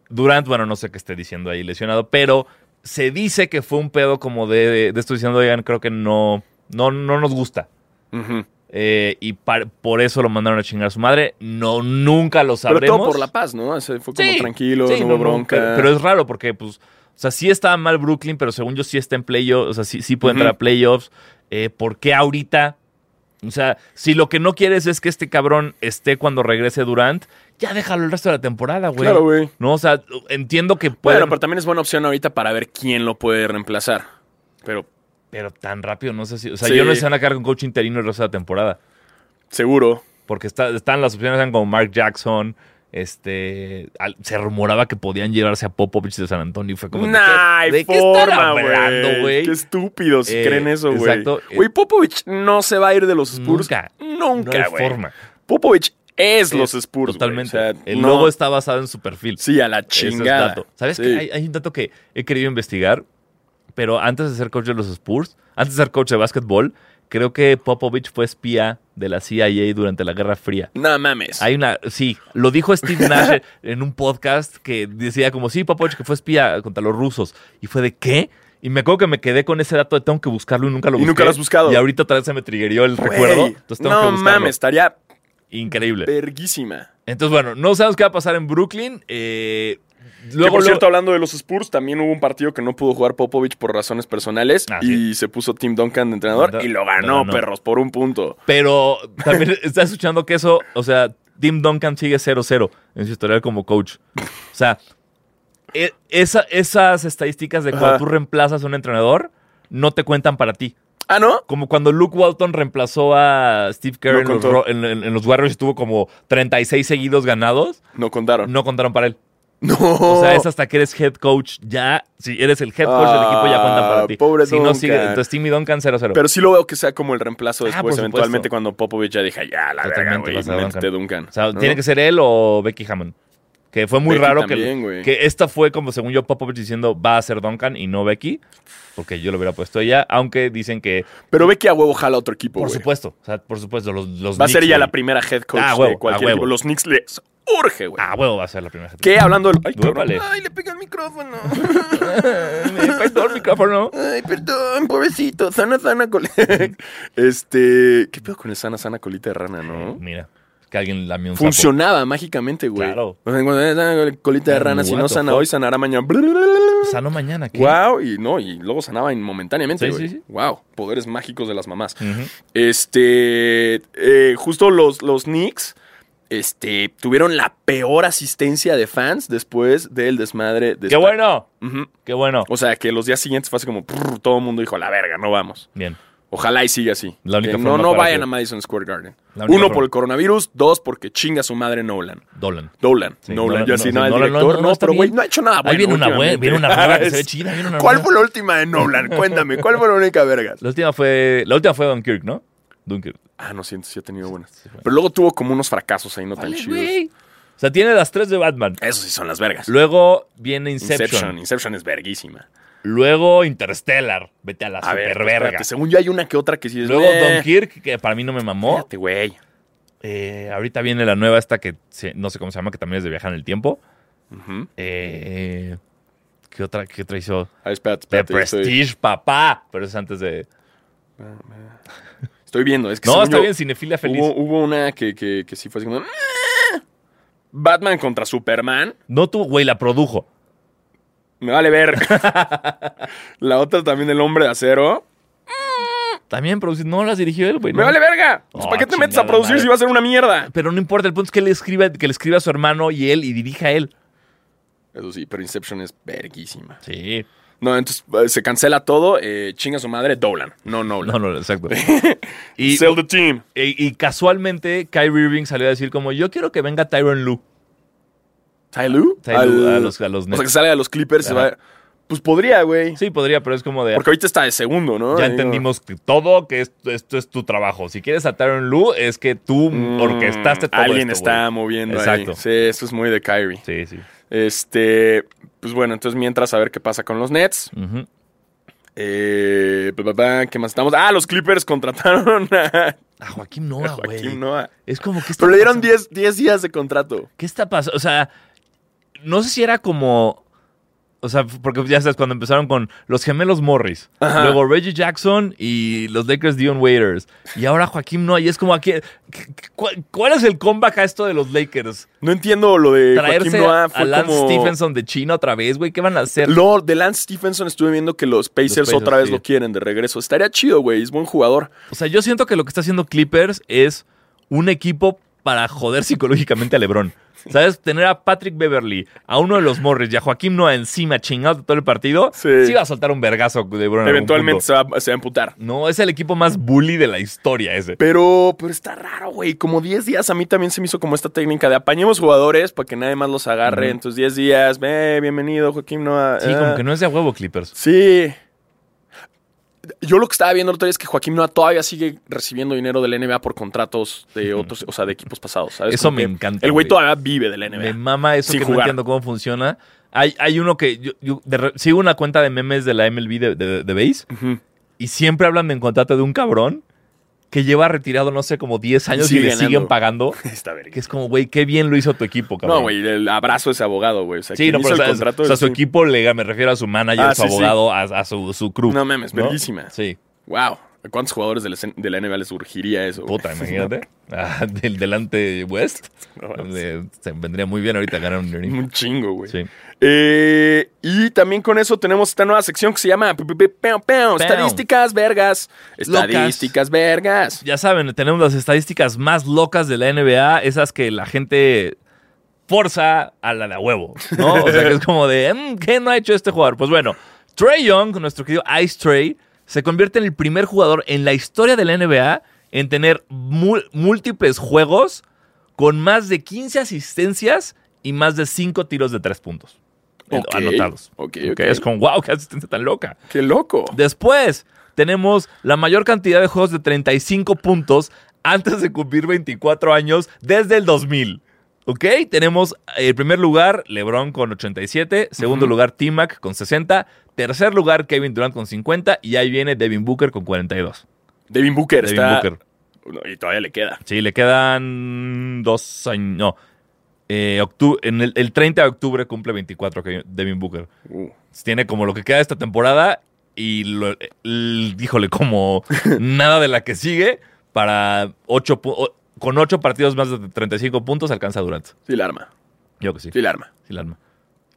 S2: Durant, bueno, no sé qué esté diciendo ahí lesionado, pero se dice que fue un pedo como de, de, de esto diciendo, oigan, creo que no, no, no nos gusta.
S1: Ujú.
S2: Eh, y par- por eso lo mandaron a chingar a su madre. No, nunca lo
S1: Pero
S2: sabremos.
S1: todo por la paz, ¿no? O sea, fue como
S2: Sí,
S1: tranquilo, no
S2: sí, no,
S1: hubo
S2: no,
S1: bronca.
S2: pero, pero es raro porque, pues, o sea, sí estaba mal Brooklyn, pero según yo sí está en playoffs, o sea, sí, sí puede
S1: Ujú.
S2: entrar a playoffs. Eh, ¿Por qué ahorita? O sea, si lo que no quieres es que este cabrón esté cuando regrese Durant, ya déjalo el resto de la temporada, güey.
S1: Claro, güey.
S2: No, o sea, entiendo que puede,
S1: Bueno, pero también es buena opción ahorita para ver quién lo puede reemplazar. Pero
S2: pero tan rápido, no sé si. O sea,
S1: Sí.
S2: yo no sé si van a quedar con coach interino el resto de la temporada.
S1: seguro.
S2: Porque está- están las opciones eran como Mark Jackson. Este al- se rumoraba que podían llevarse a Popovich de San Antonio y fue como. ¿de qué-
S1: Nah,
S2: de
S1: hay
S2: qué están
S1: forma,
S2: hablando,
S1: güey.
S2: güey?
S1: Qué estúpidos
S2: Eh,
S1: creen eso, güey.
S2: exacto. eh.
S1: Güey, Popovich no se va a ir de los Spurs.
S2: Nunca.
S1: Nunca,
S2: hay
S1: güey.
S2: forma.
S1: Popovich es,
S2: Es
S1: los Spurs, güey.
S2: Totalmente.
S1: O sea,
S2: el
S1: no-
S2: logo está basado en su perfil.
S1: Sí, a la
S2: Eso es
S1: chingada.
S2: dato. ¿Sabes
S1: Sí.
S2: que hay, hay un dato que he querido investigar? Pero antes de ser coach de los Spurs, antes de ser coach de básquetbol, creo que Popovich fue espía de la CIA durante la Guerra Fría.
S1: No mames.
S2: Hay una, sí, lo dijo Steve Nash en un podcast que decía como, sí, Popovich que fue espía contra los rusos. Y fue de qué? Y me acuerdo que me quedé con ese dato de tengo que buscarlo y nunca lo
S1: Y
S2: busqué.
S1: nunca lo has buscado.
S2: Y ahorita otra vez se me triggerió el
S1: Güey,
S2: recuerdo. Entonces tengo
S1: no
S2: que buscarlo.
S1: mames, estaría
S2: Increíble.
S1: verguísima.
S2: Entonces, bueno, no sabemos qué va a pasar en Brooklyn. eh,
S1: Que,
S2: luego,
S1: por cierto,
S2: luego-
S1: hablando de los Spurs, también hubo un partido que no pudo jugar Popovich por razones personales
S2: Ah,
S1: y se puso Tim Duncan de entrenador
S2: Da-
S1: y lo
S2: lo
S1: ganó,
S2: ganó.
S1: perros, por un punto.
S2: pero también estás escuchando que eso, o sea, Tim Duncan sigue 0-0 en su historial como coach. O sea, e- esa- esas estadísticas de cuando
S1: Ajá.
S2: tú reemplazas a un entrenador no te cuentan para ti.
S1: Ah, ¿no?
S2: Como cuando Luke Walton reemplazó a Steve Kerr
S1: No
S2: en, los,
S1: contó.
S2: Ro- en- en- en los Warriors y tuvo como 36 seguidos ganados,
S1: No contaron.
S2: no contaron para él.
S1: Ah. No.
S2: O sea, es hasta que eres head coach ya. Si eres el head coach del equipo, ya cuentan para ti.
S1: Ah, pobre
S2: si no
S1: Duncan.
S2: sigue, entonces Timmy Duncan 0-0.
S1: Pero sí lo veo que sea como el reemplazo
S2: Ah,
S1: después,
S2: por
S1: eventualmente
S2: supuesto.
S1: cuando Popovich ya dije, ya, la verga,
S2: Totalmente,
S1: güey,
S2: vas a
S1: métete Duncan.
S2: o sea,
S1: ¿no?
S2: tiene que ser él o Becky Hammond. Que fue muy
S1: Becky
S2: raro
S1: también,
S2: que,
S1: güey.
S2: que esta fue como, según yo, Popovich diciendo va a ser Duncan y no Becky. Porque yo lo hubiera puesto ella, aunque dicen que,
S1: Pero ve que a huevo jala otro equipo,
S2: por
S1: Pues, güey.
S2: supuesto, o sea, por supuesto, los, los
S1: Va a ser
S2: Knicks,
S1: ya la
S2: güey.
S1: primera head coach
S2: Ah,
S1: de
S2: huevo,
S1: cualquier
S2: ah,
S1: equipo.
S2: huevo.
S1: Los Knicks les urge, güey.
S2: Ah, huevo, va a ser la primera.
S1: ¿Qué? Hablando del... Ay, cabrón.
S2: Duépale.
S1: Ay, le pega el micrófono.
S2: Me faltó el micrófono.
S1: Ay, perdón, pobrecito. Sana, sana colita. este. ¿Qué pedo con el sana, sana colita de rana, no?
S2: Mira, que alguien lamió un Eh, sapo.
S1: Funcionaba mágicamente, güey.
S2: Claro.
S1: O sea, cuando, eh, colita de
S2: Mm,
S1: rana, si
S2: what
S1: no
S2: the
S1: sana
S2: fuck.
S1: hoy, sanará mañana.
S2: Sano mañana. ¿qué?
S1: Wow, y no, y luego sanaba in- momentáneamente,
S2: Sí,
S1: güey.
S2: sí, sí.
S1: Wow, poderes mágicos de las mamás.
S2: Ujú.
S1: Este, eh, justo los, los Knicks este, tuvieron la peor asistencia de fans después del desmadre de
S2: ¡Qué
S1: Star-
S2: bueno!
S1: Ujú.
S2: ¡Qué bueno!
S1: O sea, que los días siguientes fue así como prrr, todo el mundo dijo, a la verga, no vamos.
S2: Bien.
S1: Ojalá y siga así.
S2: La única
S1: Que no,
S2: forma
S1: no
S2: para
S1: vayan
S2: que-
S1: a Madison Square Garden. Uno
S2: La única forma.
S1: por el coronavirus, dos porque chinga su madre Nolan.
S2: Dolan.
S1: Nolan,
S2: Sí,
S1: Nolan,
S2: Nolan,
S1: yo así, no,
S2: no, sí,
S1: el
S2: Nolan,
S1: director,
S2: no,
S1: no,
S2: no, está
S1: pero güey,
S2: bien.
S1: no ha hecho nada
S2: Ahí viene una buena,
S1: Ah, últimamente.
S2: viene una nueva que se ve chida, viene una
S1: ¿Cuál
S2: nueva.
S1: fue la última de Nolan? Cuéntame, ¿cuál fue la única verga?
S2: La última fue. La última fue Dunkirk, ¿no? Dunkirk.
S1: Ah, no siento, sí ha tenido buenas. Pero luego tuvo como unos fracasos ahí no tan
S2: Vale,
S1: chidos.
S2: güey. O sea, tiene las tres de Batman.
S1: Eso sí son las vergas.
S2: Luego viene Inception.
S1: Inception. Inception, es verguísima.
S2: Luego Interstellar. Vete a la
S1: A ver,
S2: Ah,
S1: pues,
S2: superverga.
S1: espérate, según yo hay una que otra que sí es
S2: Luego
S1: "Eh,
S2: Dunkirk, que para mí no me mamó.
S1: espérate, güey.
S2: Eh, ahorita viene la nueva esta que se- no sé cómo se llama, que también es de viajar en el tiempo.
S1: Ujú.
S2: Eh, ¿Qué otra, qué otra hizo?
S1: A ver, espérate,
S2: The
S1: espérate. Estoy,
S2: Prestige, papá. Pero es antes de...
S1: estoy viendo. Es que
S2: No,
S1: según
S2: está
S1: yo,
S2: bien, cinefilia feliz.
S1: Hubo, hubo una que, que, que sí fue así como... "Ah". Batman contra Superman.
S2: No tuvo, güey, la produjo.
S1: Me vale ver. la otra también el hombre de acero.
S2: También producí, no las dirigió él, güey.
S1: Me
S2: no.
S1: vale verga. Pues,
S2: Oh,
S1: ¿Para qué te metes a
S2: chingada
S1: producir
S2: madre.
S1: si va a ser una mierda?
S2: Pero no importa, el punto es que él escribe, que le escribe a su hermano y él y dirija a él.
S1: Eso sí, pero Inception es verguísima.
S2: Sí.
S1: No, entonces eh, se cancela todo. Eh, chinga su madre, Dolan. No, no.
S2: No, no, exacto. Y, eh,
S1: Sell the team.
S2: y- y casualmente Kyrie Irving salió a decir como, yo quiero que venga Tyron Lue.
S1: ¿Ty Lue?
S2: Ty Lue, a los- a los
S1: O sea, que
S2: Nets.
S1: salga de los Clippers. se
S2: Ajá.
S1: va- Pues podría, güey.
S2: Sí, podría, pero es como de... "Ah,
S1: Porque ahorita está de segundo, ¿no?
S2: Ya
S1: Ahí, ¿no?
S2: entendimos que todo, que esto, esto es tu trabajo. Si quieres atar un Lu, es que tú
S1: Mm,
S2: orquestaste todo
S1: Alguien
S2: esto,
S1: está
S2: güey.
S1: moviendo
S2: Exacto.
S1: ahí. Sí, eso es muy de Kyrie.
S2: Sí, sí.
S1: Este, pues bueno, entonces mientras a ver qué pasa con los Nets.
S2: Ujú.
S1: Eh, pa, pa, pa, ¿Qué más estamos? Ah, los Clippers contrataron a
S2: A Ah, Joaquín Noah, güey.
S1: Joaquín Noah.
S2: Es como que... este está
S1: Pero le dieron
S2: pasando?
S1: 10 10 días de contrato.
S2: ¿Qué está pasando? O sea, no sé si era como... O sea, porque ya sabes, cuando empezaron con los gemelos Morris,
S1: Ajá.
S2: luego Reggie Jackson y los Lakers Dion Waiters, y ahora Joaquín Noah, y es como aquí... ¿cuál, cuál es el comeback a esto de los Lakers?
S1: No entiendo lo de
S2: ¿Traerse
S1: Eh, Joaquín Noah.
S2: a
S1: Fue
S2: Lance
S1: como...
S2: Stephenson de China otra vez, güey? ¿Qué van a hacer?
S1: No, de Lance Stephenson estuve viendo que los Pacers,
S2: Pacers,
S1: otra vez
S2: sí.
S1: lo quieren de regreso. Estaría chido, güey. Es buen jugador.
S2: O sea, yo siento que lo que está haciendo Clippers es un equipo para joder psicológicamente a LeBron. ¿Sabes? Tener a Patrick Beverly, a uno de los Morris y a Joaquín Noah encima chingado todo el partido, sí,
S1: Sí.
S2: va a soltar un vergazo de LeBron. en algún
S1: Eventualmente
S2: punto.
S1: se va, se va a amputar.
S2: No, es el equipo más bully de la historia ese.
S1: Pero, pero está raro, güey. Como 10 días a mí también se me hizo como esta técnica de apañemos jugadores para que nadie más los agarre.
S2: Ujú.
S1: Entonces 10 días, ve, bienvenido, Joaquín Noah.
S2: Sí,
S1: Ah.
S2: como que no es de a huevo Clippers.
S1: Sí. Yo lo que estaba viendo el otro día es que Joaquín Noah todavía sigue recibiendo dinero del NBA por contratos de otros, o sea, de equipos pasados. ¿sabes?
S2: Eso
S1: Como
S2: me
S1: que
S2: encanta,
S1: El güey
S2: güey.
S1: todavía vive del NBA.
S2: Me mama eso
S1: Sin
S2: que no
S1: jugar.
S2: entiendo cómo funciona. Hay, hay uno que... Yo, yo de re- sigo una cuenta de memes de la MLB de, de, de Base
S1: Ujú.
S2: y siempre hablan de un contrato de un cabrón que lleva retirado, no sé, como 10 años y
S1: Sigue
S2: le
S1: ganando.
S2: siguen pagando.
S1: Está verga.
S2: Que es como, güey, qué bien lo hizo tu equipo, cabrón.
S1: No, güey, el abrazo de ese abogado, güey. O sea,
S2: Sí,
S1: quien
S2: no,
S1: hizo
S2: pero
S1: el
S2: o sea,
S1: contrato
S2: o sea,
S1: es-
S2: su equipo, le, me refiero a su manager,
S1: Ah,
S2: a su
S1: sí, sí.
S2: abogado, a, a su, su crew.
S1: No mames, verguísima.
S2: Sí,
S1: Wow. ¿A cuántos jugadores de la, de la NBA les surgiría eso? güey?
S2: puta, imagínate. Ah, del delante West.
S1: No mames.
S2: Eh, se vendría muy bien ahorita ganar un Ernie.
S1: Un chingo, güey.
S2: Sí.
S1: Eh, y también con eso tenemos esta nueva sección que se llama pe- pe- pe- peo, peo, Estadísticas Vergas.
S2: Locas.
S1: Estadísticas Vergas.
S2: Ya saben, tenemos las estadísticas más locas de la NBA, esas que la gente forza a la de a huevo, ¿no? O sea, que es como de, "Mm, ¿qué no ha hecho este jugador? Pues bueno, Trey Young, nuestro querido Ice Trey, se convierte en el primer jugador en la historia de la NBA en tener mu- múltiples juegos con más de 15 asistencias y más de 5 tiros de 3 puntos eh,
S1: Ok,
S2: anotados.
S1: ok,
S2: Ok,
S1: ok.
S2: Es como, wow, qué asistencia tan loca.
S1: Qué loco.
S2: Después tenemos la mayor cantidad de juegos de 35 puntos antes de cumplir 24 años desde el 2000. ¿Ok? Tenemos eh, en primer lugar LeBron con 87, segundo lugar T-Mac con 60, tercer lugar Kevin Durant con 50 y ahí viene Devin Booker con 42.
S1: Devin Booker
S2: Devin
S1: está.
S2: Booker.
S1: No, y todavía le queda.
S2: Sí, le quedan dos años. No. Eh, octu- en el, el 30 de octubre cumple 24 Kevin- Devin Booker.
S1: Uh.
S2: tiene como lo que queda de esta temporada y, lo- el- híjole, como nada de la que sigue para ocho pu- o- con ocho partidos más de 35 puntos alcanza a Durant.
S1: Sí, la arma.
S2: Yo que sí.
S1: Sí, la arma.
S2: Sí, la arma.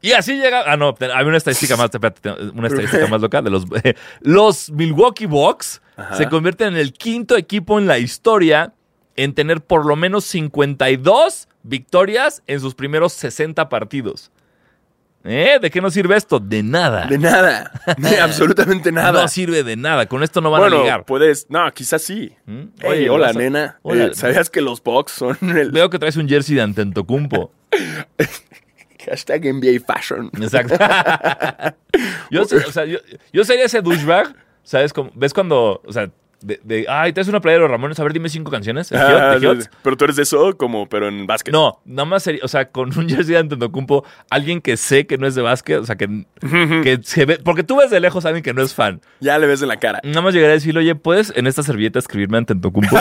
S2: Y así llega. Ah, no, te- había una estadística más, espérate, te- una estadística más loca de los. los Milwaukee Bucks
S1: Ajá.
S2: se convierten en el quinto equipo en la historia en tener por lo menos 52 victorias en sus primeros 60 partidos. ¿Eh? ¿De qué nos sirve esto? De nada.
S1: De nada. De absolutamente nada.
S2: No sirve de nada. Con esto no van a
S1: bueno, pues-
S2: ligar.
S1: puedes. No, quizás sí.
S2: ¿Mm?
S1: Hey,
S2: Oye,
S1: hola,
S2: vas a-
S1: nena.
S2: Hola.
S1: Eh, ¿Sabías que los Bucks son el
S2: Veo que traes un jersey de Antetokounmpo.
S1: hashtag NBA Fashion?
S2: Exacto. yo, sé- o sea, yo, yo sería ese douchebag, ¿sabes? Como- ¿Ves cuando, o sea, de, de, ay, te haces una playera de los Ramones, a ver, dime cinco canciones? ¿De Hot?
S1: Ah,
S2: ¿De Hot?
S1: sí, sí. pero tú eres de eso, como, pero en básquet.
S2: No, nada más sería, o sea, con un jersey de Antetokounmpo, alguien que sé que no es de básquet, o sea, que, que se ve, porque tú ves de lejos a alguien que no es fan.
S1: Ya le ves en la cara.
S2: Nada más llegaría a decirle, oye, ¿puedes en esta servilleta escribirme Antetokounmpo?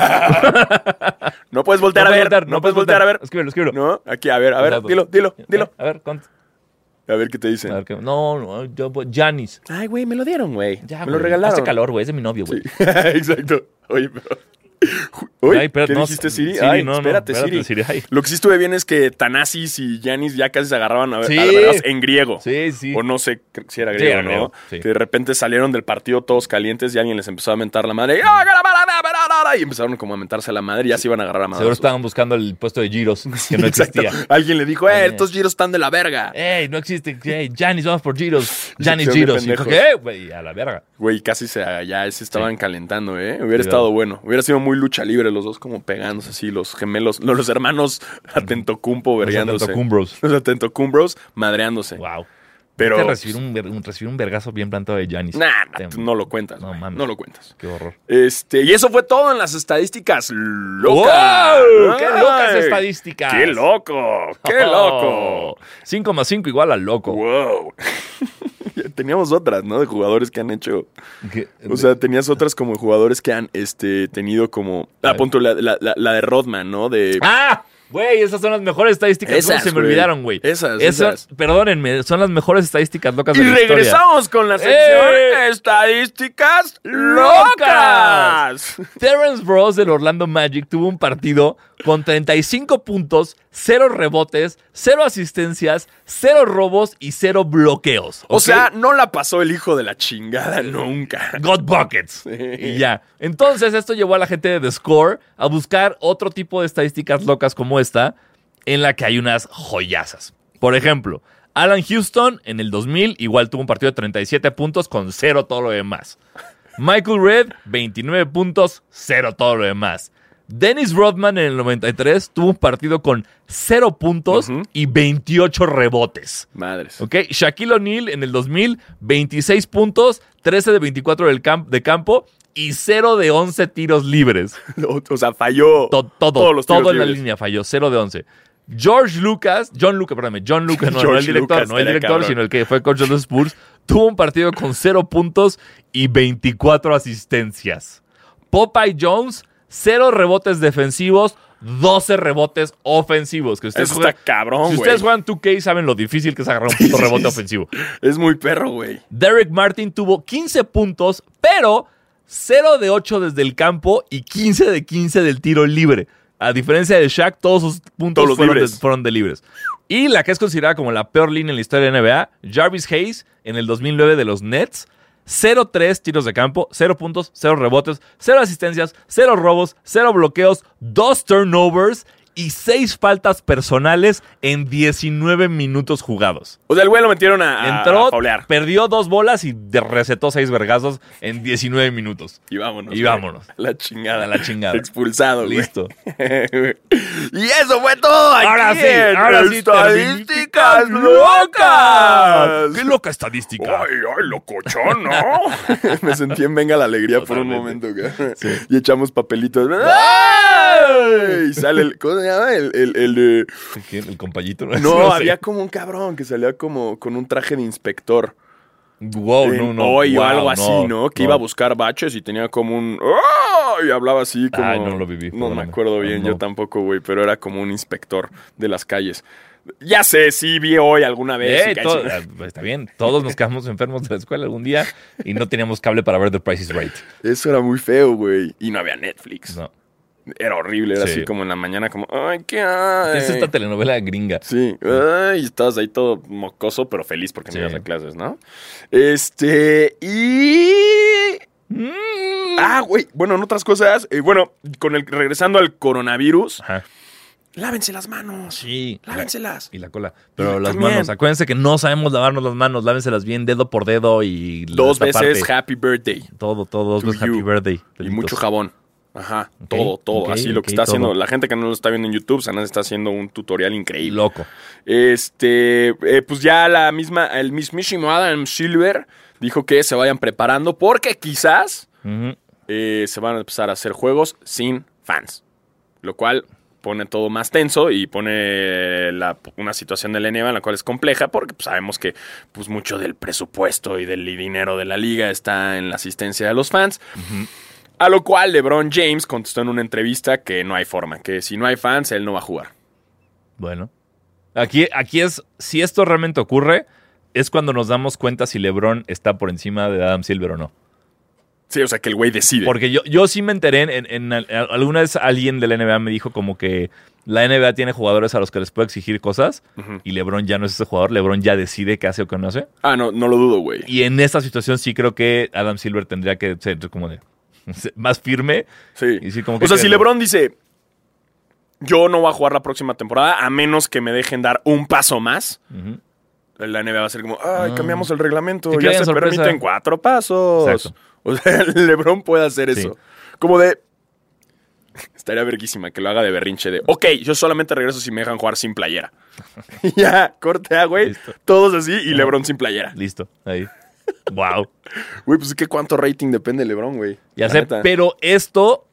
S1: No puedes voltear
S2: No
S1: a
S2: puedes
S1: ver.
S2: voltear,
S1: no puedes voltear a ver.
S2: Escríbelo, escríbelo.
S1: No, aquí, a ver, a ver.
S2: Exacto.
S1: Dilo, dilo, dilo.
S2: A ver, ¿cuánto?
S1: A ver qué te dicen.
S2: A ver, ¿qué? No, no, yo, pues, Janis.
S1: Ay, güey, me lo dieron, güey.
S2: Ya,
S1: me
S2: güey,
S1: lo regalaron.
S2: Hace calor, güey, es de mi novio,
S1: Sí,
S2: güey.
S1: exacto. Oye, pero. Uy,
S2: Ay, espérate,
S1: ¿qué
S2: no,
S1: dijiste, Siri?
S2: Siri,
S1: Ay,
S2: no, no,
S1: espérate,
S2: espérate,
S1: Siri.
S2: Siri, ay.
S1: Lo que sí estuve bien es que Tanasis y Yanis ya casi se agarraban a, ver-
S2: Sí.
S1: a vergas en griego.
S2: Sí, sí.
S1: O Oh, no sé cre- si era
S2: Sí,
S1: griego,
S2: era
S1: ¿no?
S2: griego, sí.
S1: Que de repente salieron del partido todos calientes y alguien les empezó a mentar la madre. ¡Ah, gara, bara, bara, bara, bara! Y empezaron como a mentarse a la madre y ya se iban a agarrar a madre.
S2: Seguro estaban buscando el puesto de giros que no existía. Eh.
S1: Alguien le dijo, eh,
S2: Oye.
S1: estos giros están de la verga.
S2: ¡Ey, no existe! ¡Ey, Janis, vamos por giros! ¡Janis
S1: Sí, qué
S2: giros! Y
S1: pendejos.
S2: fue que, "Eh, güey, a la verga.
S1: Güey, casi se, ya se estaban calentando, ¿eh? Hubiera
S2: Sí,
S1: estado bueno. Hubiera sido muy lucha libre, los dos como pegándose así, los gemelos, no, los hermanos Atentocumpo vergueándose.
S2: Antetocumbros.
S1: Los Atentocumbros madreándose.
S2: ¡Wow!
S1: Pero. pues,
S2: Te recibir un, ver- un- recibir un vergazo bien plantado de Janis.
S1: Nah, nah,
S2: Te-
S1: tú no lo cuentas.
S2: No
S1: güey, No,
S2: mames.
S1: lo cuentas.
S2: ¡Qué horror!
S1: Este, y eso fue todo en las estadísticas locas.
S2: ¡Wow! ¡Qué
S1: Ay,
S2: locas estadísticas!
S1: ¡Qué loco! ¡Qué loco!
S2: 5 más 5 igual a loco.
S1: ¡Wow! Teníamos otras, ¿no? De jugadores que han hecho.
S2: Que-
S1: O sea, tenías otras como jugadores que han este, tenido como. Ah, punto, la, la, la- la de Rodman, ¿no? De.
S2: ¡Ah! Güey, esas son las mejores estadísticas. ¿Cómo
S1: Esas,
S2: se me
S1: güey.
S2: olvidaron, güey.
S1: Esas, esas.
S2: Perdónenme, son las mejores estadísticas locas
S1: y
S2: de la historia.
S1: regresamos con la sección
S2: ¡Eh!
S1: Estadísticas Locas.
S2: Terrence Bros del Orlando Magic tuvo un partido con 35 puntos, 0 rebotes, 0 asistencias, 0 robos y 0 bloqueos.
S1: O
S2: ¿ok? Eh,
S1: sea, no la pasó el hijo de la chingada nunca.
S2: got buckets. Y ya. Entonces, esto llevó a la gente de The Score a buscar otro tipo de estadísticas locas como esta, en la que hay unas joyazas. Por ejemplo, Alan Houston en el 2000 igual tuvo un partido de 37 puntos con cero todo lo demás. Michael Red, 29 puntos, cero todo lo demás. Dennis Rodman en el 93 tuvo un partido con 0 puntos
S1: Ujú.
S2: y 28 rebotes.
S1: Madres.
S2: Ok, Shaquille O'Neal en el 2000, 26 puntos, 13 de 24 del camp- de campo y 0 de 11 tiros libres.
S1: O, o sea, falló
S2: To- todo,
S1: todos los
S2: todo
S1: tiros
S2: en la
S1: libres.
S2: línea falló, 0 de 11. George Lucas, John Lucas, perdóname, John Lucas, no, no
S1: George
S2: el director,
S1: Lucas,
S2: no el
S1: era
S2: director,
S1: cabrón.
S2: sino el que fue coach de los Spurs, tuvo un partido con 0 puntos y 24 asistencias. Popeye Jones, 0 rebotes defensivos, 12 rebotes ofensivos. Que ustedes
S1: Eso
S2: juegan-
S1: está cabrón, güey.
S2: si ustedes juegan 2K, saben lo difícil que es agarrar un puto rebote ofensivo.
S1: Es muy perro, güey.
S2: Derek Martin tuvo 15 puntos, pero 0 de 8 desde el campo y 15 de 15 del tiro libre. A diferencia de Shaq, todos sus puntos
S1: Todos los
S2: fueron,
S1: libres.
S2: De, fueron de libres. Y la que es considerada como la peor línea en la historia de NBA, Jarvis Hayes en el 2009 de los Nets. 0-3 tiros de campo, 0 puntos, 0 rebotes, 0 asistencias, 0 robos, 0 bloqueos, 2 turnovers y 6 faltas personales en 19 minutos jugados.
S1: O sea, el güey lo metieron a, a,
S2: Entró,
S1: a faulear.
S2: perdió dos bolas y de- recetó seis vergazos en 19 minutos.
S1: Y vámonos.
S2: Y
S1: güey.
S2: vámonos.
S1: La chingada.
S2: A la chingada.
S1: Expulsado, güey.
S2: Listo.
S1: y eso fue todo. aquí
S2: Ahora sí,
S1: en
S2: ahora sí.
S1: Estadísticas
S2: terminé.
S1: locas.
S2: ¡Qué loca estadística!
S1: Ay, ay, locochón, ¿no? Me sentí en Venga la Alegría por un
S2: Totalmente.
S1: momento. güey. Y echamos papelitos. ¡Ay! Y sale el. ¿Cómo se llama? El. el, el de-
S2: ¿Quién? ¿El compañito?
S1: No,
S2: sé.
S1: había como un cabrón que salía como con un traje de inspector.
S2: Wow, Oh, no,
S1: en
S2: no.
S1: hoy o
S2: wow,
S1: algo así, ¿no? Que iba a buscar baches y tenía como un. ¡Oh! Y hablaba así como.
S2: Ay, no lo viví,
S1: No me
S2: perdóname.
S1: acuerdo
S2: No,
S1: bien,
S2: no.
S1: yo tampoco, güey, pero era como un inspector de las calles. Ya sé, sí vi hoy alguna vez.
S2: Eh,
S1: y
S2: todo-
S1: caí-
S2: ah, está bien, todos nos quedamos enfermos de la escuela algún día y no teníamos cable para ver The Price is Right.
S1: Eso era muy feo, güey. Y no había Netflix.
S2: No.
S1: Era horrible, era
S2: Sí.
S1: así como en la mañana, como, ay, ¿qué hay?
S2: Es esta telenovela gringa.
S1: Sí, ay, y estabas ahí todo mocoso, pero feliz porque
S2: Sí.
S1: no ibas a clases, ¿no? Este, y...
S2: Mm.
S1: Ah, güey, bueno, en otras cosas, eh, bueno, con el, regresando al coronavirus,
S2: Ajá.
S1: lávense las manos,
S2: Sí.
S1: lávenselas.
S2: Y la cola. Pero las
S1: también.
S2: manos. Acuérdense que no sabemos lavarnos las manos. Lávenselas bien, dedo por dedo y.
S1: Dos
S2: esta
S1: veces
S2: parte.
S1: happy birthday
S2: Todo, todo. Dos
S1: to
S2: veces
S1: you.
S2: happy birthday.
S1: y
S2: Delitos.
S1: mucho jabón. Ajá,
S2: Ok,
S1: todo, todo.
S2: ok,
S1: Así lo
S2: ok,
S1: que está
S2: todo.
S1: haciendo, la gente que no lo está viendo en YouTube, Sanan está haciendo un tutorial
S2: Y
S1: increíble.
S2: loco.
S1: Este, eh, pues ya la misma, el mismísimo Adam Silver dijo que se vayan preparando porque quizás
S2: Ujú.
S1: eh, se van a empezar a hacer juegos sin fans. Lo cual pone todo más tenso y pone la- una situación del NBA en la cual es compleja porque pues, sabemos que pues, mucho del presupuesto y del dinero de la liga está en la asistencia de los fans. A lo cual LeBron James contestó en una entrevista que no hay forma, que si no hay fans él no va a jugar.
S2: Bueno. Aquí, aquí es. Si esto realmente ocurre, es cuando nos damos cuenta si LeBron está por encima de Adam Silver o no.
S1: Sí, o sea que el güey decide.
S2: Porque yo, yo sí me enteré, en, en- en al- alguna vez alguien de la NBA me dijo como que la NBA tiene jugadores a los que les puede exigir cosas
S1: Ujú.
S2: y LeBron ya no es ese jugador, LeBron ya decide qué hace o qué no hace.
S1: Ah, no, no lo dudo, güey.
S2: Y en esta situación sí creo que Adam Silver tendría que ser como de, ser más firme.
S1: Sí.
S2: Y sí, como que
S1: o sea, si
S2: creo.
S1: LeBron dice, yo no voy a jugar la próxima temporada a menos que me dejen dar un paso más,
S2: Ujú.
S1: la NBA va a ser como, ay,
S2: Ah.
S1: cambiamos el reglamento,
S2: Sí, que
S1: ya
S2: haya
S1: se
S2: sorpresa.
S1: permiten cuatro pasos.
S2: Exacto.
S1: O sea, LeBron puede hacer
S2: Sí.
S1: eso. Como de... Estaría verguísima que lo haga de berrinche de, ok, yo solamente regreso si me dejan jugar sin playera. Y ya, corte a, güey.
S2: Listo.
S1: Todos así y LeBron sin playera.
S2: Listo, ahí. wow.
S1: Güey, pues es que cuánto rating depende de LeBron, güey.
S2: Ya
S1: La
S2: sé,
S1: neta.
S2: pero esto,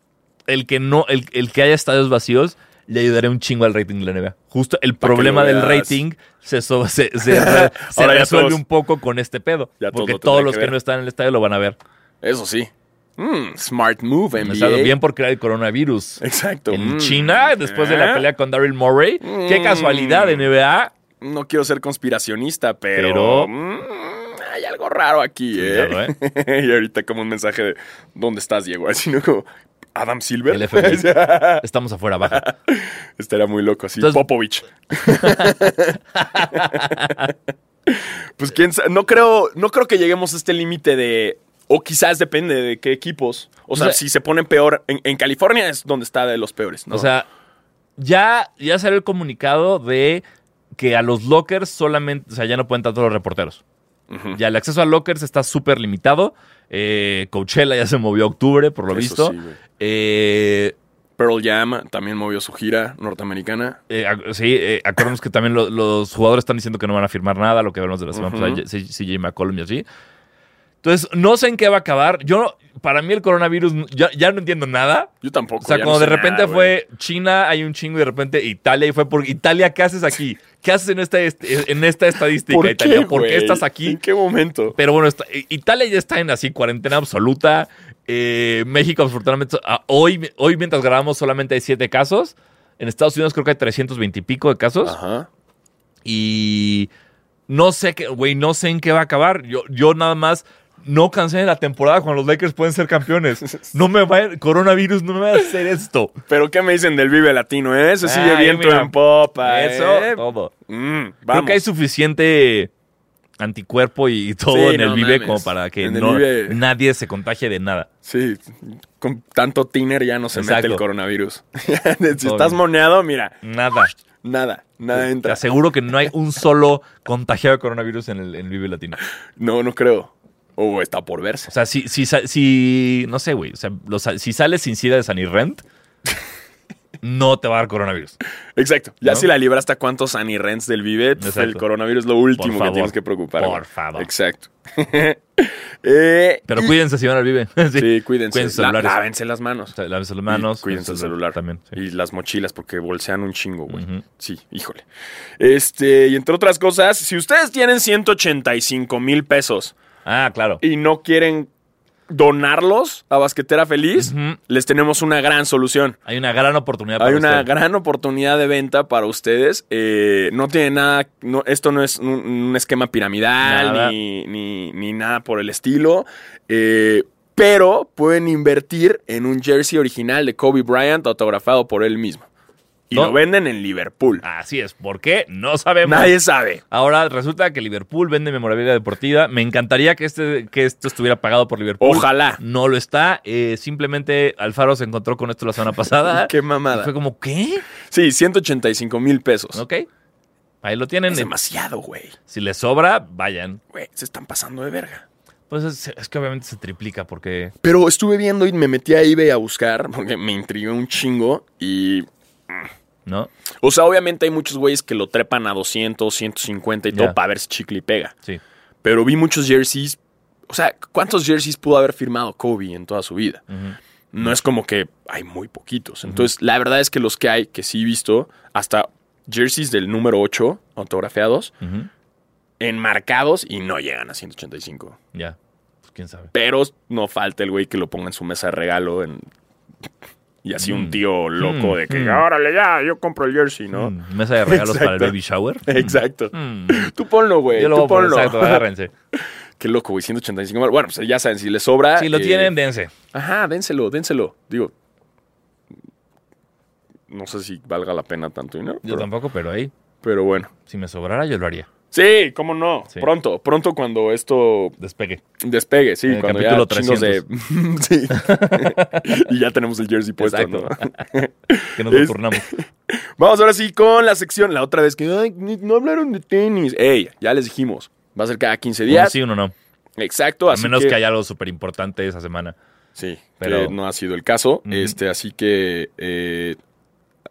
S2: el que no, el, el que haya estadios vacíos, le ayudará un chingo al rating de la NBA. Justo el
S1: que lo
S2: problema del
S1: veas.
S2: rating se, so- se, se re- se
S1: Ahora ya
S2: resuelve
S1: todos-
S2: un poco con este pedo.
S1: Ya todos
S2: porque
S1: lo
S2: todos
S1: tendrán
S2: los
S1: que
S2: que,
S1: ver. Pues
S2: no están en el estadio lo van a ver.
S1: Eso sí. Mm, smart move, NBA.
S2: Está bien por crear el coronavirus.
S1: Exacto.
S2: En
S1: Mm.
S2: China, después de la
S1: ¿Eh?
S2: pelea con Daryl Murray. Qué
S1: Mm.
S2: casualidad, NBA.
S1: No quiero ser conspiracionista, pero.
S2: Pero-
S1: mm, hay algo raro aquí, ¿eh?
S2: Cuidado,
S1: y ahorita, como un mensaje de: ¿Dónde estás, Diego? Así, ¿no? Como, Adam Silver.
S2: El FBI. Estamos afuera, baja.
S1: Estaría muy loco, así.
S2: Entonces-
S1: Popovich. pues quién sabe. No creo, no creo que lleguemos a este límite de. O quizás depende de qué equipos. O, sea,
S2: sea-
S1: si se ponen peor. En, en California es donde está de los peores. ¿no?
S2: O sea, ya, ya salió el comunicado de que a los lockers solamente, o sea, ya no pueden tanto los reporteros.
S1: Ujú.
S2: Ya el acceso a lockers está súper limitado. Eh, Coachella ya se movió a octubre, por lo
S1: Eso
S2: visto.
S1: sí, güey.
S2: Eh,
S1: Pearl Jam también movió su gira norteamericana.
S2: eh, ac- sí, eh, acordemos que también lo- los jugadores están diciendo que no van a firmar nada, lo que hablamos de la semana
S1: Ujú.
S2: pasada, C- CJ McCollum y así. Entonces, no sé en qué va a acabar. Yo, no- para mí el coronavirus, no- ya, ya no entiendo nada.
S1: Yo tampoco.
S2: O sea,
S1: ya
S2: cuando
S1: no sé
S2: de repente
S1: nada, güey.
S2: fue China, hay un chingo, y de repente Italia, y fue por Italia, ¿qué haces aquí? ¿Qué haces en esta, est- en esta estadística,
S1: ¿Por
S2: Italia?
S1: qué,
S2: ¿Por qué
S1: güey?
S2: estás aquí?
S1: ¿En qué momento?
S2: Pero bueno, está- I- Italia ya está en así cuarentena absoluta. Eh, México, afortunadamente, a- hoy, hoy mientras grabamos solamente hay 7 casos. En Estados Unidos creo que hay 320 y pico de casos.
S1: Ajá.
S2: Y no sé qué, güey, no sé en qué va a acabar. Yo, yo nada más no cancelen la temporada cuando los Lakers pueden ser campeones. No me va a- coronavirus, no me va a hacer esto.
S1: Pero ¿qué me dicen del Vive Latino? eh? Ese sigue
S2: Ah,
S1: viento
S2: mira.
S1: en popa.
S2: Eso,
S1: ¿eh?
S2: todo.
S1: Mm,
S2: Creo
S1: vamos.
S2: que hay suficiente anticuerpo y todo
S1: Sí,
S2: en el
S1: no
S2: Vive
S1: mames.
S2: como para que
S1: En el
S2: no-
S1: Vive.
S2: nadie se contagie de nada.
S1: Sí, con tanto tiner ya no se
S2: Exacto.
S1: mete el coronavirus. si estás moneado, mira,
S2: Nada.
S1: nada, nada
S2: Te
S1: entra.
S2: aseguro que no hay un solo contagiado de coronavirus en el en Vive Latino.
S1: No, no creo. O está por
S2: O
S1: verse.
S2: sea, si, si, sa- si no sé, güey. O sea, los- si sales sin sida de San Rent, no te va a dar coronavirus.
S1: Exacto. Ya
S2: ¿No?
S1: si la libraste a cuántos anirents del Vive, pf,
S2: Exacto.
S1: el coronavirus es lo último que
S2: favor.
S1: tienes que preocupar.
S2: Por
S1: güey.
S2: favor.
S1: Exacto. Eh,
S2: Pero
S1: y-
S2: cuídense si van al Vive. Sí,
S1: Sí, cuídense.
S2: Cuídense sus
S1: La-
S2: celulares.
S1: lávense las manos.
S2: O sea, lávense las manos.
S1: Y cuídense el celular.
S2: También. sí.
S1: Y las mochilas, porque bolsean un chingo, güey.
S2: Ujú.
S1: Sí, híjole. Este, y entre otras cosas, si ustedes tienen 185 mil pesos
S2: Ah, claro.
S1: y no quieren donarlos a Basquetera Feliz,
S2: Ujú.
S1: les tenemos una gran solución.
S2: Hay una gran oportunidad Ah, para
S1: Hay una
S2: ustedes.
S1: gran oportunidad de venta para ustedes. Eh, no tiene nada, no, esto no es un, un esquema piramidal
S2: Nada.
S1: Ni, ni- ni nada por el estilo. Eh, pero pueden invertir en un jersey original de Kobe Bryant autografado por él mismo. Y
S2: ¿No?
S1: lo venden en Liverpool.
S2: Así es, ¿por qué? No sabemos.
S1: Nadie sabe.
S2: Ahora resulta que Liverpool vende memorabilia deportiva. Me encantaría que, este, que esto estuviera pagado por Liverpool.
S1: Ojalá.
S2: No lo está. Eh, simplemente Alfaro se encontró con esto la semana pasada.
S1: Qué
S2: Y
S1: mamada.
S2: Fue como, ¿qué?
S1: Sí, 185 mil pesos.
S2: Ok. Ahí lo tienen.
S1: Es demasiado, güey.
S2: Si les sobra, vayan.
S1: Güey, se están pasando de verga.
S2: Pues es, es que obviamente se triplica porque.
S1: Pero estuve viendo y me metí a eBay a buscar porque me intrigó un chingo y...
S2: ¿No?
S1: O sea, obviamente hay muchos güeyes que lo trepan a 200, 150 y
S2: Ya.
S1: todo para ver si chicle y pega.
S2: Sí.
S1: Pero vi muchos jerseys. O sea, ¿cuántos jerseys pudo haber firmado Kobe en toda su vida?
S2: Ujú.
S1: No es como que hay muy poquitos. Entonces, la verdad es que los que hay, que sí he visto, hasta jerseys del número 8 autografiados,
S2: Ujú.
S1: enmarcados y no llegan a 185.
S2: Ya. Pues quién sabe.
S1: Pero no falta el güey que lo ponga en su mesa de regalo en- y así
S2: Mm.
S1: un tío loco
S2: Mm,
S1: de que,
S2: mm.
S1: órale, ya, yo compro el jersey, ¿no?
S2: Mm, Mesa de regalos para el
S1: Exacto.
S2: baby shower.
S1: Exacto.
S2: Mm.
S1: Tú ponlo, güey.
S2: Yo lo
S1: Tú
S2: voy a poner,
S1: ponlo.
S2: exacto, agárrense.
S1: Qué loco, güey. 185 mal. Bueno, pues ya saben, si les sobra.
S2: Si lo
S1: eh,
S2: tienen, dense.
S1: Ajá, dénselo, dénselo. Digo. No sé si valga la pena tanto dinero.
S2: Yo
S1: Pero,
S2: tampoco, pero ahí,
S1: pero bueno.
S2: si me sobrara, yo lo haría.
S1: Sí, cómo no.
S2: Sí.
S1: Pronto, pronto cuando esto
S2: Despegue.
S1: despegue, sí.
S2: En el
S1: cuando
S2: capítulo
S1: ya chingos de. sí. y ya tenemos el jersey puesto,
S2: Exacto.
S1: ¿no?
S2: Que nos lo
S1: Es-
S2: turnamos.
S1: Vamos ahora sí con la sección. La otra vez que. Ay, ni- no hablaron de tenis. Ey, ya les dijimos. Va a ser cada 15
S2: Uno
S1: días.
S2: sí, uno no.
S1: Exacto.
S2: A
S1: Así
S2: menos que, haya algo súper importante esa semana.
S1: Sí,
S2: Pero-
S1: pero no ha sido el caso.
S2: Ujú.
S1: Este, así que. eh,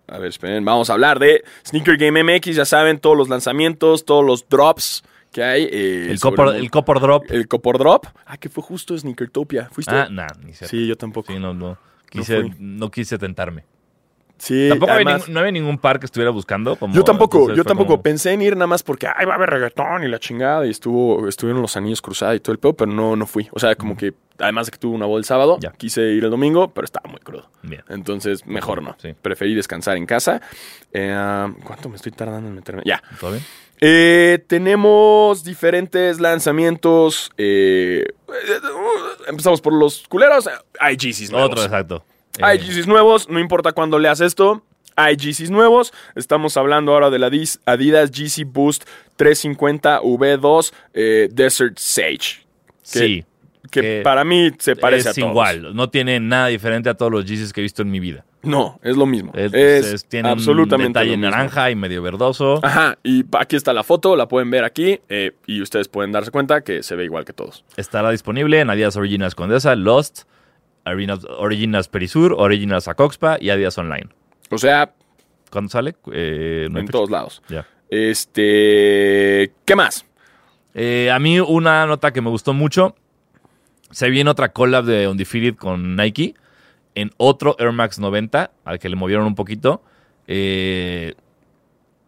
S1: a ver, esperen. Vamos a hablar de Sneaker Game MX. Ya saben, todos los lanzamientos, todos los drops que hay. eh,
S2: El
S1: sobre
S2: copor,
S1: el,
S2: el copor drop.
S1: el Copor Drop. Ah, que fue justo Sneakertopia. ¿Fuiste?
S2: Ah, nah, ni cierto.
S1: sí, yo tampoco.
S2: Sí, no, no. Quise, no,
S1: fui.
S2: quise tentarme.
S1: Sí,
S2: Tampoco había
S1: además-
S2: ningún- no había ningún par que estuviera buscando. como-
S1: Yo tampoco,
S2: entonces
S1: yo
S2: fue
S1: tampoco.
S2: como-
S1: Pensé en ir nada más porque ay, va a haber reggaetón y la chingada. Y estuvo, estuvieron los anillos cruzados y todo el pedo, pero no, no fui. O sea, como que, además de que tuve una boda el sábado,
S2: Ya.
S1: quise ir el domingo, pero estaba muy crudo.
S2: Bien.
S1: Entonces, mejor no.
S2: Sí.
S1: Preferí descansar en casa. Eh, ¿Cuánto me estoy tardando en meterme? Ya.
S2: ¿Todo bien?
S1: Eh, tenemos diferentes lanzamientos. eh, eh, uh, empezamos por los culeros. Eh, Hay GCs nuevos.
S2: Otro, exacto.
S1: Hay
S2: Eh,
S1: GCs nuevos. No importa cuándo leas esto. Hay GCs nuevos. Estamos hablando ahora de la Adis- Adidas GC Boost 350 V2 eh, Desert Sage. que-
S2: sí.
S1: Que
S2: Que
S1: para mí se parece
S2: es
S1: a todos.
S2: igual. No tiene nada diferente a todos los Yeezys que he visto en mi vida.
S1: No, es lo mismo.
S2: Es,
S1: Es,
S2: es- tiene
S1: absolutamente
S2: un detalle
S1: lo mismo.
S2: naranja y medio verdoso.
S1: Ajá, y pa- aquí está la foto, la pueden ver aquí eh, y ustedes pueden darse cuenta que se ve igual que todos.
S2: Estará disponible en Adidas Originals Condesa, Lost, Originals, Originals Perisur, Originals Acoxpa y Adidas Online.
S1: O sea,
S2: ¿Cuándo sale? Eh, no hay
S1: en
S2: fecha.
S1: todos lados.
S2: Ya.
S1: Este, ¿qué más?
S2: Eh, a mí una nota que me gustó mucho. Se viene otra collab de Undefeated con Nike en otro Air Max 90, al que le movieron un poquito. Eh,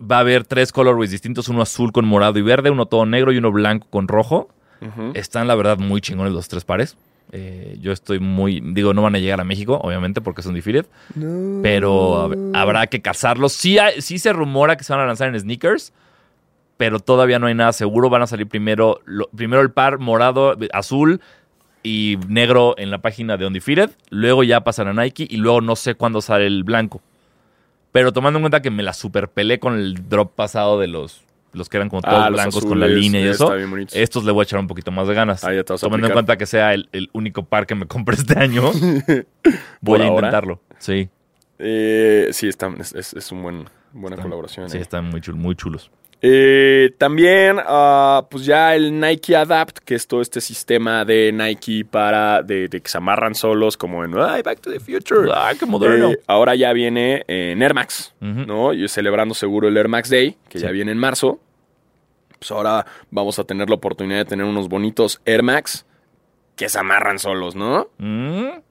S2: va a haber tres colorways distintos, uno azul con morado y verde, uno todo negro y uno blanco con rojo.
S1: Ujú.
S2: Están, la verdad, muy chingones los tres pares. Eh, yo estoy muy... Digo, no van a llegar a México, obviamente, porque son Undefeated. Pero hab-
S1: Mm.
S2: habrá que cazarlos. Sí, hay- sí se rumora que se van a lanzar en sneakers, pero todavía no hay nada seguro. Van a salir primero, lo- primero el par morado, azul y negro en la página de Undefeated. Luego ya pasan a Nike y luego no sé cuándo sale el blanco. Pero tomando en cuenta que me la superpelé con el drop pasado de los, los que eran como todos
S1: Ah, los
S2: blancos con la
S1: azules,
S2: línea y
S1: eh,
S2: eso.
S1: Está bien bonito.
S2: Estos le voy a echar un poquito más de ganas.
S1: Ahí ya te vas a
S2: Tomando en
S1: aplicar.
S2: cuenta que sea el, el único par que me compré este año, voy
S1: Por
S2: a
S1: ahora.
S2: intentarlo. Sí,
S1: Eh, sí, está, es, es- es un buen, buena
S2: Está-
S1: colaboración.
S2: sí,
S1: eh.
S2: están muy, chul- muy chulos.
S1: Eh, también, ah, pues ya el Nike Adapt, que es todo este sistema de Nike para de, de que se amarran solos, como en ay, Back to the Future.
S2: Ah, qué moderno.
S1: Eh, ahora ya viene en Air Max,
S2: Ujú.
S1: ¿no? Y celebrando seguro el Air Max Day, que
S2: Sí.
S1: ya viene en marzo. Pues ahora vamos a tener la oportunidad de tener unos bonitos Air Max que se amarran solos, ¿no?
S2: Mm,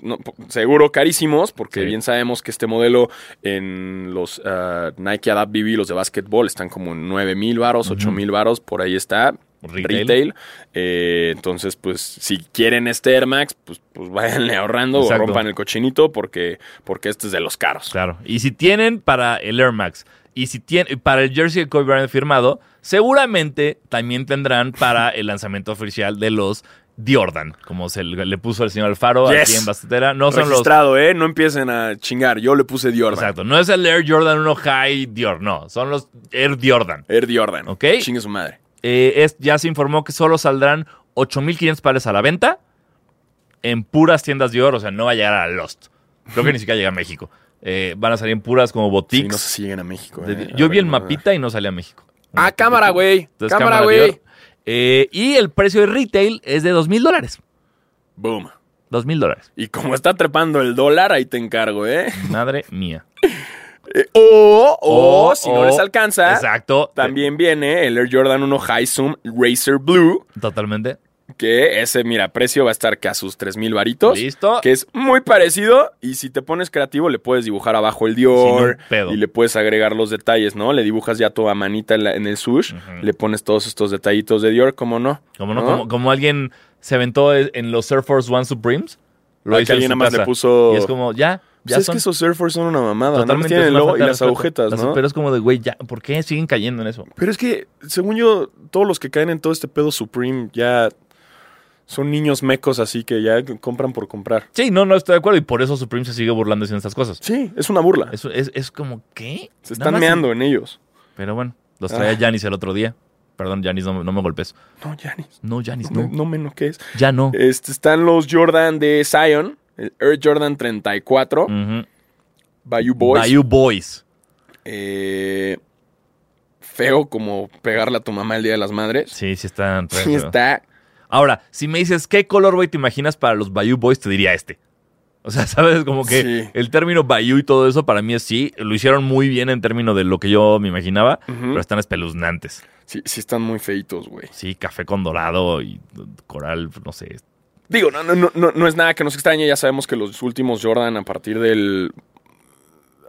S1: No, po- seguro carísimos, porque
S2: Sí.
S1: bien sabemos que este modelo en los ah, Nike Adapt BB, los de básquetbol, están como en 9 mil varos, 8 mil varos, por ahí está.
S2: Retail.
S1: Retail. Eh, entonces, pues, si quieren este Air Max, pues, pues váyanle ahorrando
S2: Exacto.
S1: o rompan el cochinito, porque, porque este es de los caros.
S2: Claro. Y si tienen para el Air Max y si tienen para el jersey de Kobe Bryant firmado, seguramente también tendrán para el lanzamiento oficial de los Diordan, como se le le puso el señor Alfaro
S1: Yes.
S2: aquí en Bastetera. No son los.
S1: Registrado, ¿eh? No empiecen a chingar. Yo le puse Diordan.
S2: Exacto, no es el Air Jordan 1 High Dior, no, son los Air Jordan.
S1: Air Diordan.
S2: Ok.
S1: Chingue su madre.
S2: Eh, es- ya se informó que solo saldrán 8.500 pares a la venta en puras tiendas Dior, o sea, no va a llegar a Lost. Creo que ni siquiera llega a México. Eh, van a salir en puras como
S1: Sí,
S2: boutiques.
S1: no sé si llegan a México.
S2: de-
S1: eh.
S2: Yo vi el
S1: Bueno,
S2: mapita y no salía a México.
S1: Ah, cámara, güey.
S2: Entonces,
S1: Cámara,
S2: Dior.
S1: güey.
S2: Eh, y el precio de retail es de 2.000 dólares.
S1: Boom.
S2: 2.000 dólares.
S1: Y como está trepando el dólar, ahí te encargo, ¿eh?
S2: Madre mía.
S1: Eh, o, o,
S2: O,
S1: si
S2: o,
S1: no les alcanza,
S2: Exacto.
S1: también viene el Air Jordan 1 High Zoom Racer Blue,
S2: Totalmente.
S1: que ese, mira, precio va a estar que a sus 3000 varitos.
S2: Listo.
S1: Que es muy parecido y si te pones creativo le puedes dibujar abajo el Dior
S2: Sin un pedo.
S1: y le puedes agregar los detalles, ¿no? Le dibujas ya tu manita en, la- en el sush,
S2: Ujú.
S1: le pones todos estos detallitos de Dior, ¿cómo no?
S2: Como no, como, como alguien se aventó en los Air Force One Supremes.
S1: Ah, que
S2: hizo en
S1: alguien nada
S2: su
S1: más le
S2: casa.
S1: puso-
S2: Y es como, ya,
S1: Pues
S2: ya
S1: es
S2: son.
S1: que esos Air Force son una mamada, ¿no?
S2: Totalmente,
S1: Tienen
S2: es
S1: el
S2: una
S1: logo y
S2: falta de
S1: las
S2: respeto.
S1: agujetas,
S2: Las-
S1: ¿no?
S2: Pero es como de, güey, ya, ¿por qué siguen cayendo en eso?
S1: Pero es que, según yo, todos los que caen en todo este pedo Supreme ya son niños mecos, así que ya compran por comprar.
S2: Sí, no, no estoy de acuerdo y por eso Supreme se sigue burlando haciendo estas cosas.
S1: Sí, es una burla.
S2: Es, es, es como, ¿qué?
S1: Se
S2: Nada
S1: están
S2: más-
S1: meando en ellos.
S2: Pero bueno, los traía
S1: Ah.
S2: Janis el otro día. Perdón, Janis, no, no me golpes.
S1: No, Janis.
S2: No, Janis,
S1: No,
S2: no.
S1: me- no menos que es.
S2: Ya no.
S1: Este, están los Jordan de Zion, el Air Jordan 34,
S2: Ujú.
S1: Bayou Boys.
S2: Mm. Bayou Boys.
S1: Eh, feo como pegarle a tu mamá el Día de las Madres.
S2: Sí, sí están.
S1: Sí, está.
S2: Ahora, si me dices qué color, güey, te imaginas para los Bayou Boys, te diría este. O sea, sabes, como que
S1: Sí.
S2: el término Bayou y todo eso para mí es sí, lo hicieron muy bien en términos de lo que yo me imaginaba,
S1: Ujú.
S2: pero están espeluznantes.
S1: Sí, sí están muy feitos, güey.
S2: Sí, café con dorado y uh, coral, no sé.
S1: Digo, no, no, no, no, no es nada que nos extrañe. Ya sabemos que los últimos Jordan, a partir del.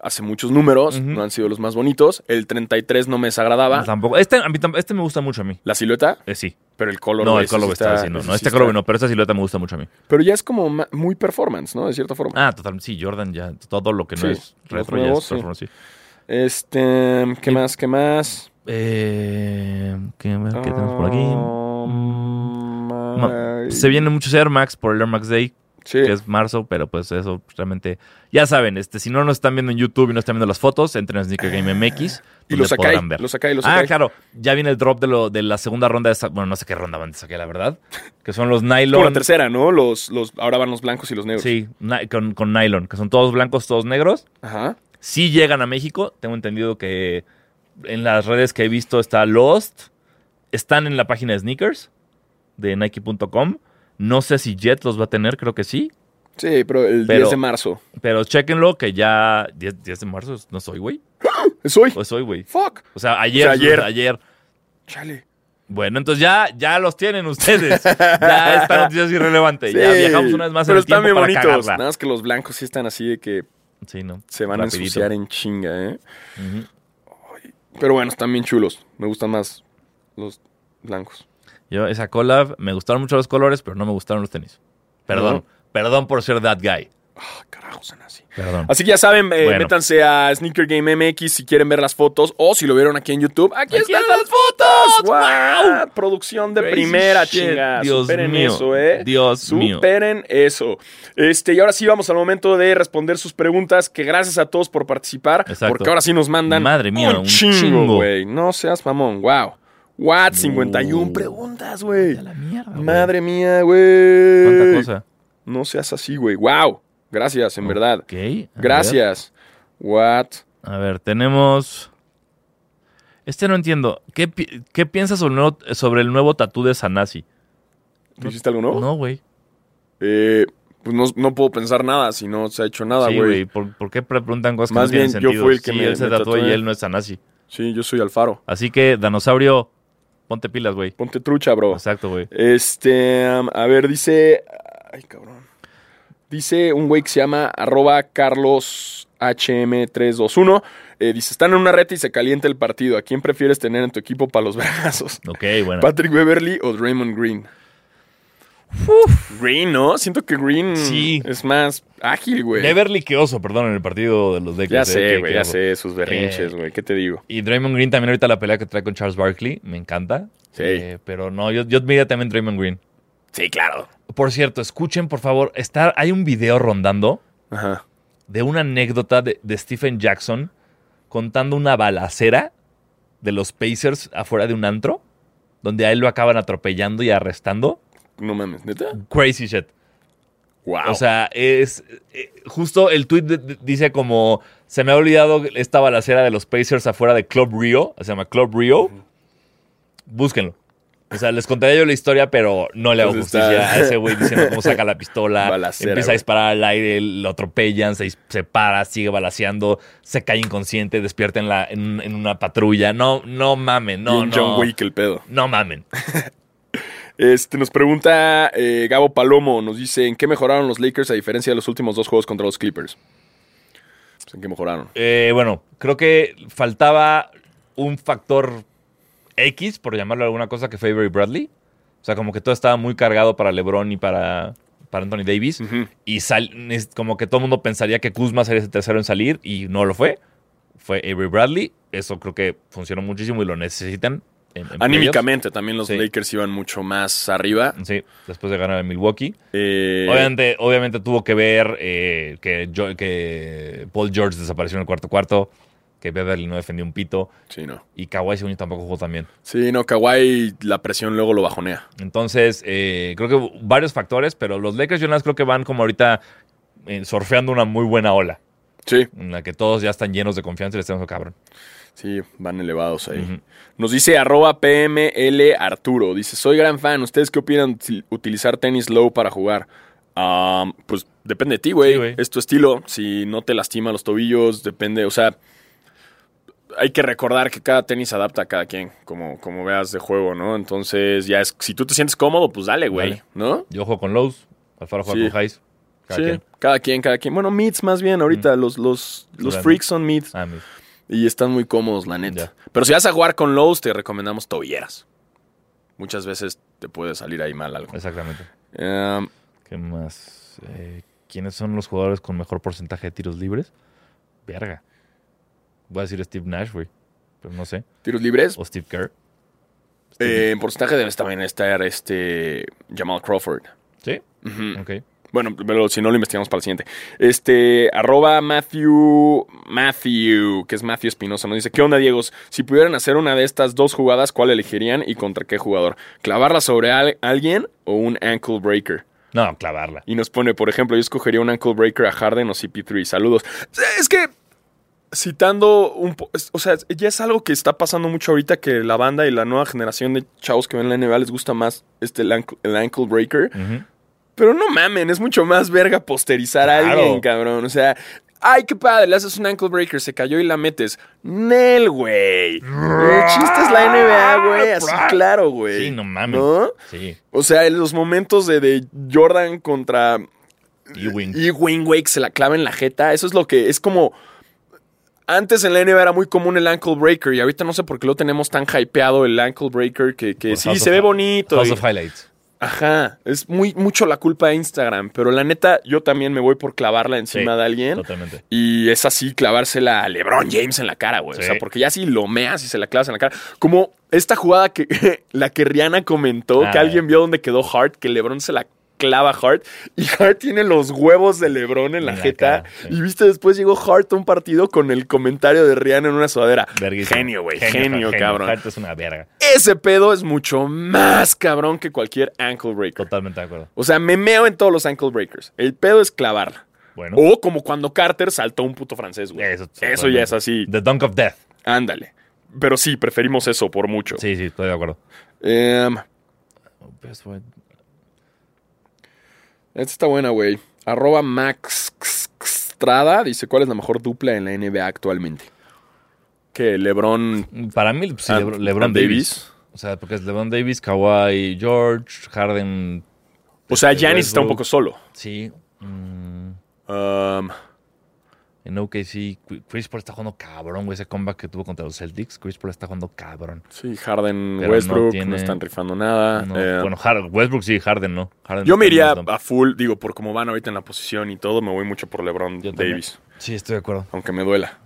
S1: Hace muchos números,
S2: Ujú.
S1: no han sido los más bonitos. El 33 no me desagradaba.
S2: Tampoco. Este, a mí tam- este me gusta mucho a mí.
S1: La silueta,
S2: Eh, sí.
S1: pero el color.
S2: No,
S1: güey,
S2: el
S1: ese
S2: color
S1: sí
S2: está, sí, no,
S1: ese
S2: no,
S1: sí
S2: este
S1: está.
S2: color no, pero esta silueta me gusta mucho a mí.
S1: Pero ya es como ma- muy performance, ¿no? De cierta forma.
S2: Ah, totalmente. Sí, Jordan ya, todo lo que no
S1: Sí,
S2: es
S1: los
S2: retro
S1: nuevos, sí.
S2: ya es performance, sí.
S1: Este. ¿Qué más? ¿Qué más?
S2: Eh, ¿qué, qué tenemos por aquí?
S1: Oh, Um,
S2: Ma-
S1: ay,
S2: Se vienen muchos Air Max por el Air Max Day,
S1: sí.
S2: que es marzo, pero pues eso pues, realmente. Ya saben, este, si no nos están viendo en YouTube y no están viendo las fotos, entren a Sneaker Game MX.
S1: Ah, Y
S2: donde
S1: los Sakai.
S2: podrán ver.
S1: Los Sakai, los
S2: Ah,
S1: Sakai.
S2: claro, ya viene el drop de, lo, de la segunda ronda de esa. Bueno, no sé qué ronda van de saqué, la verdad. Que son los
S1: Como la
S2: nylon.
S1: tercera, ¿no? Los, los, ahora van los blancos y los negros.
S2: Sí, na- con, con nylon, que son todos blancos, todos negros.
S1: Ajá.
S2: Sí llegan a México. Tengo entendido que en las redes que he visto está Lost. Están en la página de sneakers de Nike.com. No sé si Jet los va a tener, creo que sí.
S1: Sí, pero el
S2: Pero-
S1: 10 de marzo.
S2: Pero chequenlo que ya 10, 10 de marzo es- no soy, güey.
S1: Es hoy.
S2: O soy, güey.
S1: Fuck.
S2: O sea, ayer.
S1: O sea, ayer. Chale.
S2: Bueno, entonces ya, ya los tienen ustedes. Ya esta noticia es irrelevante. Eh, ya
S1: Sí,
S2: viajamos una vez más en
S1: Pero
S2: el
S1: están
S2: tiempo
S1: bien
S2: para
S1: bonitos.
S2: cagarla.
S1: Nada más que los blancos sí están así de que
S2: Sí, no.
S1: se van
S2: Rapidito.
S1: a ensuciar en chinga, ¿eh?
S2: Ujú.
S1: Pero bueno, están bien chulos. Me gustan más los blancos.
S2: Yo, esa collab, me gustaron mucho los colores, pero no me gustaron los tenis. Perdón. Perdón por ser that guy.
S1: Ah, carajo, son así.
S2: Perdón.
S1: Así que ya saben, eh,
S2: Bueno.
S1: métanse a Sneaker Game MX si quieren ver las fotos o si lo vieron aquí en YouTube. Aquí,
S2: Aquí
S1: están
S2: están
S1: las fotos. ¡Wow! Producción de
S2: Crazy
S1: primera,
S2: shit.
S1: chinga.
S2: Dios
S1: Superen
S2: mío.
S1: eso, ¿eh?
S2: Dios
S1: Superen eso. Este, y ahora sí vamos al momento de responder sus preguntas, que gracias a todos por participar,
S2: Exacto.
S1: porque ahora sí nos mandan
S2: Madre mía,
S1: un
S2: un
S1: chingo,
S2: chingo.
S1: güey. No seas mamón, wow. What, 51
S2: Uh.
S1: preguntas,
S2: mío.
S1: güey.
S2: A la mierda, güey.
S1: Madre mía,
S2: Cuánta
S1: güey.
S2: cosa.
S1: No seas así, güey. Wow. Gracias, en verdad.
S2: Ok, a ver.
S1: Gracias. What?
S2: A ver, tenemos. Este no entiendo. ¿Qué, pi- qué piensas sobre el nuevo, sobre el nuevo tatú de Sanasi?
S1: ¿Tú hiciste algo nuevo?
S2: No, güey.
S1: Eh, pues no, no puedo pensar nada si no se ha hecho nada,
S2: sí,
S1: güey.
S2: güey. ¿Por, por qué pre- preguntan cosas
S1: Más
S2: que no tienen
S1: bien, yo
S2: sentido?
S1: fui el que
S2: Sí,
S1: me-
S2: él se
S1: me
S2: tatuó y
S1: tatué.
S2: él no es Sanasi.
S1: sí, yo soy Alfaro.
S2: Así que, Danosaurio, ponte pilas, güey.
S1: Ponte trucha, bro.
S2: Exacto, güey.
S1: Este, am, a ver, dice. Ay, cabrón. Dice un güey que se llama arroba Carlos HM321. eh, dice: Están en una reta y se calienta el partido. ¿A quién prefieres tener en tu equipo para los brazos?
S2: Ok, bueno.
S1: ¿Patrick Beverly o Draymond Green? Green, ¿no? Siento que Green
S2: Sí.
S1: es más ágil, güey.
S2: Beverly que oso, perdón, en el partido de los
S1: Ya
S2: Lakers. eh,
S1: sé,
S2: que-
S1: güey,
S2: que
S1: Pues ya
S2: oso.
S1: sé, sus berrinches,
S2: Eh,
S1: güey. ¿Qué te digo?
S2: Y Draymond Green también ahorita la pelea que trae con Charles Barkley, me encanta.
S1: Sí.
S2: Eh, pero no, yo, yo miraría también Draymond Green.
S1: Sí, claro.
S2: Por cierto, escuchen, por favor, está, hay un video rondando
S1: Ajá.
S2: de una anécdota de, de Stephen Jackson contando una balacera de los Pacers afuera de un antro, donde a él lo acaban atropellando y arrestando.
S1: No mames, neta.
S2: Crazy shit.
S1: Wow.
S2: O sea, es eh, justo el tweet de- de- dice como se me ha olvidado esta balacera de los Pacers afuera de Club Rio, se llama Club Rio. Búsquenlo. O sea, les contaré yo la historia, pero no le hago
S1: Pues
S2: justicia
S1: está-
S2: a ese güey diciendo cómo saca la pistola,
S1: Balacera,
S2: empieza a
S1: güey.
S2: disparar al aire, lo atropellan, se, dis- se para, sigue balaseando, se cae inconsciente, despierta en, la, en, en una patrulla. No, no mamen, no,
S1: Bien
S2: no.
S1: John Wick el pedo.
S2: No mamen.
S1: Este, nos pregunta eh, Gabo Palomo, nos dice, ¿en qué mejoraron los Lakers a diferencia de los últimos dos juegos contra los Clippers? Pues, ¿En qué mejoraron?
S2: Eh, bueno, creo que faltaba un factor X, por llamarlo alguna cosa, que fue Avery Bradley. O sea, como que todo estaba muy cargado para LeBron y para, para Anthony Davis.
S1: Ujú.
S2: Y sal- es como que todo el mundo pensaría que Kuzma sería ese tercero en salir y no lo fue. Fue Avery Bradley. Eso creo que funcionó muchísimo y lo necesitan. en- en playoffs.
S1: Anímicamente, también los
S2: Sí.
S1: Lakers iban mucho más arriba.
S2: Sí, después de ganar en Milwaukee.
S1: Eh,
S2: Obviamente, obviamente tuvo que ver eh, que, Jo- que Paul George desapareció en el cuarto cuarto, que Beverly no defendió un pito.
S1: sí, no.
S2: Y Kawhi según yo, tampoco jugó tan bien.
S1: Sí, no, Kawhi la presión luego lo bajonea.
S2: Entonces, eh, creo que varios factores, pero los Lakers yo nada más creo que van como ahorita eh, surfeando una muy buena ola,
S1: Sí,
S2: en la que todos ya están llenos de confianza y les tenemos cabrón.
S1: sí, van elevados ahí.
S2: Ujú.
S1: Nos dice arroba PML Arturo. Dice, soy gran fan. ¿Ustedes qué opinan si utilizar tenis low para jugar? Am, pues depende de ti,
S2: Sí,
S1: güey.
S2: güey.
S1: es tu estilo. Si no te lastima los tobillos, depende. O sea, hay que recordar que cada tenis se adapta a cada quien, como, como veas de juego, ¿no? Entonces, ya es, si tú te sientes cómodo, pues dale, güey,
S2: Dale.
S1: ¿no?
S2: Yo juego con Lowe's, Alfaro juega
S1: Sí.
S2: con Hayes. cada
S1: sí,
S2: quien.
S1: cada quien, cada quien. Bueno, meets más bien ahorita. Los, los, los
S2: Durante.
S1: freaks son meets.
S2: Ah, mis-
S1: Y están muy cómodos, la neta.
S2: Ya.
S1: Pero si vas a jugar con Lowe's, te recomendamos tobilleras. Muchas veces te puede salir ahí mal algo.
S2: exactamente.
S1: Em,
S2: ¿Qué más? Eh, ¿Quiénes son los jugadores con mejor porcentaje de tiros libres? Verga. Voy a decir Steve Nash, güey. Pero no sé.
S1: tiros libres.
S2: O Steve Kerr.
S1: Eh, en porcentaje debes también estar este Jamal Crawford.
S2: Sí,
S1: Ujú.
S2: ok.
S1: Bueno, pero si no lo investigamos para el siguiente. Este, arroba Matthew, Matthew, que es Matthew Espinosa, nos dice, ¿qué onda, Diegos? Si pudieran hacer una de estas dos jugadas, ¿cuál elegirían y contra qué jugador? ¿Clavarla sobre al- alguien o un ankle breaker?
S2: No, clavarla.
S1: Y nos pone, por ejemplo, yo escogería un ankle breaker a Harden o CP3. Saludos. Es que, citando un po- es- O sea, ya es algo que está pasando mucho ahorita que la banda y la nueva generación de chavos que ven la NBA les gusta más este, el, ankle, el ankle breaker.
S2: Ujú.
S1: Pero no mamen, es mucho más verga posterizar a
S2: Claro.
S1: alguien, cabrón. O sea, ay, qué padre, le haces un ankle breaker, se cayó y la metes. Nel, güey. El chiste es la NBA, güey. Así, claro, güey.
S2: Sí, no mames.
S1: ¿No?
S2: Sí.
S1: O sea, en los momentos de, de Jordan contra
S2: Ewing.
S1: y Wayne Wake se la clava en la jeta. Eso es lo que es como. Antes en la NBA era muy común el ankle breaker y ahorita no sé por qué lo tenemos tan hypeado el ankle breaker que, que
S2: Por
S1: sí
S2: Pues House
S1: se
S2: of-
S1: ve bonito.
S2: House
S1: y-
S2: of Highlights.
S1: ajá, es muy mucho la culpa de Instagram, pero la neta yo también me voy por clavarla encima
S2: Sí,
S1: de alguien
S2: Totalmente.
S1: y es así clavársela a LeBron James en la cara, güey. O
S2: Sí.
S1: sea, porque ya si lo meas y se la clavas en la cara, como esta jugada que la que Rihanna comentó,
S2: Ah.
S1: que alguien vio donde quedó Hart, que LeBron se la clava a Hart y Hart tiene los huevos de LeBron en la,
S2: En la
S1: jeta.
S2: cara, sí.
S1: Y viste después llegó Hart a un partido con el comentario de Rihanna en una sudadera.
S2: Verguísimo.
S1: Genio, güey, genio, cabrón.
S2: Hart es una verga.
S1: Ese pedo es mucho más cabrón que cualquier ankle breaker.
S2: Totalmente de acuerdo.
S1: O sea, me meo en todos los ankle breakers. El pedo es clavarla.
S2: Bueno,
S1: O como cuando Carter saltó un puto francés, güey.
S2: Eso-
S1: Uh, Eso, ya es así.
S2: The Dunk of Death.
S1: Ándale. Pero sí, preferimos eso por mucho.
S2: Sí, sí, estoy de acuerdo.
S1: Em,
S2: Oh, best way-
S1: esta está buena, güey. Arroba Max Strada dice, ¿cuál es la mejor dupla en la NBA actualmente? Que Lebron...
S2: Para mí, pues, sí,
S1: Ant-
S2: Lebr- LeBron
S1: Ant
S2: Davis. O sea, porque es LeBron Davis, Kawhi, George, Harden.
S1: O sea,
S2: Este,
S1: Giannis está un
S2: Westbrook.
S1: poco solo.
S2: Sí. Mm,
S1: Em,
S2: en OKC, Qu- Chris Paul está jugando cabrón, güey. Ese comeback que tuvo contra los Celtics, Chris Paul está jugando cabrón.
S1: sí, Harden,
S2: Pero no
S1: Westbrook, no,
S2: tiene-
S1: están rifando nada.
S2: No,
S1: Em,
S2: bueno, Har- Westbrook sí, Harden no. Harden
S1: yo me
S2: está
S1: iría
S2: en los
S1: a full, digo, por cómo van ahorita en la posición y todo, me voy mucho por Lebron
S2: Yo también.
S1: Davis,
S2: Dunk. Sí, estoy de acuerdo.
S1: aunque me duela.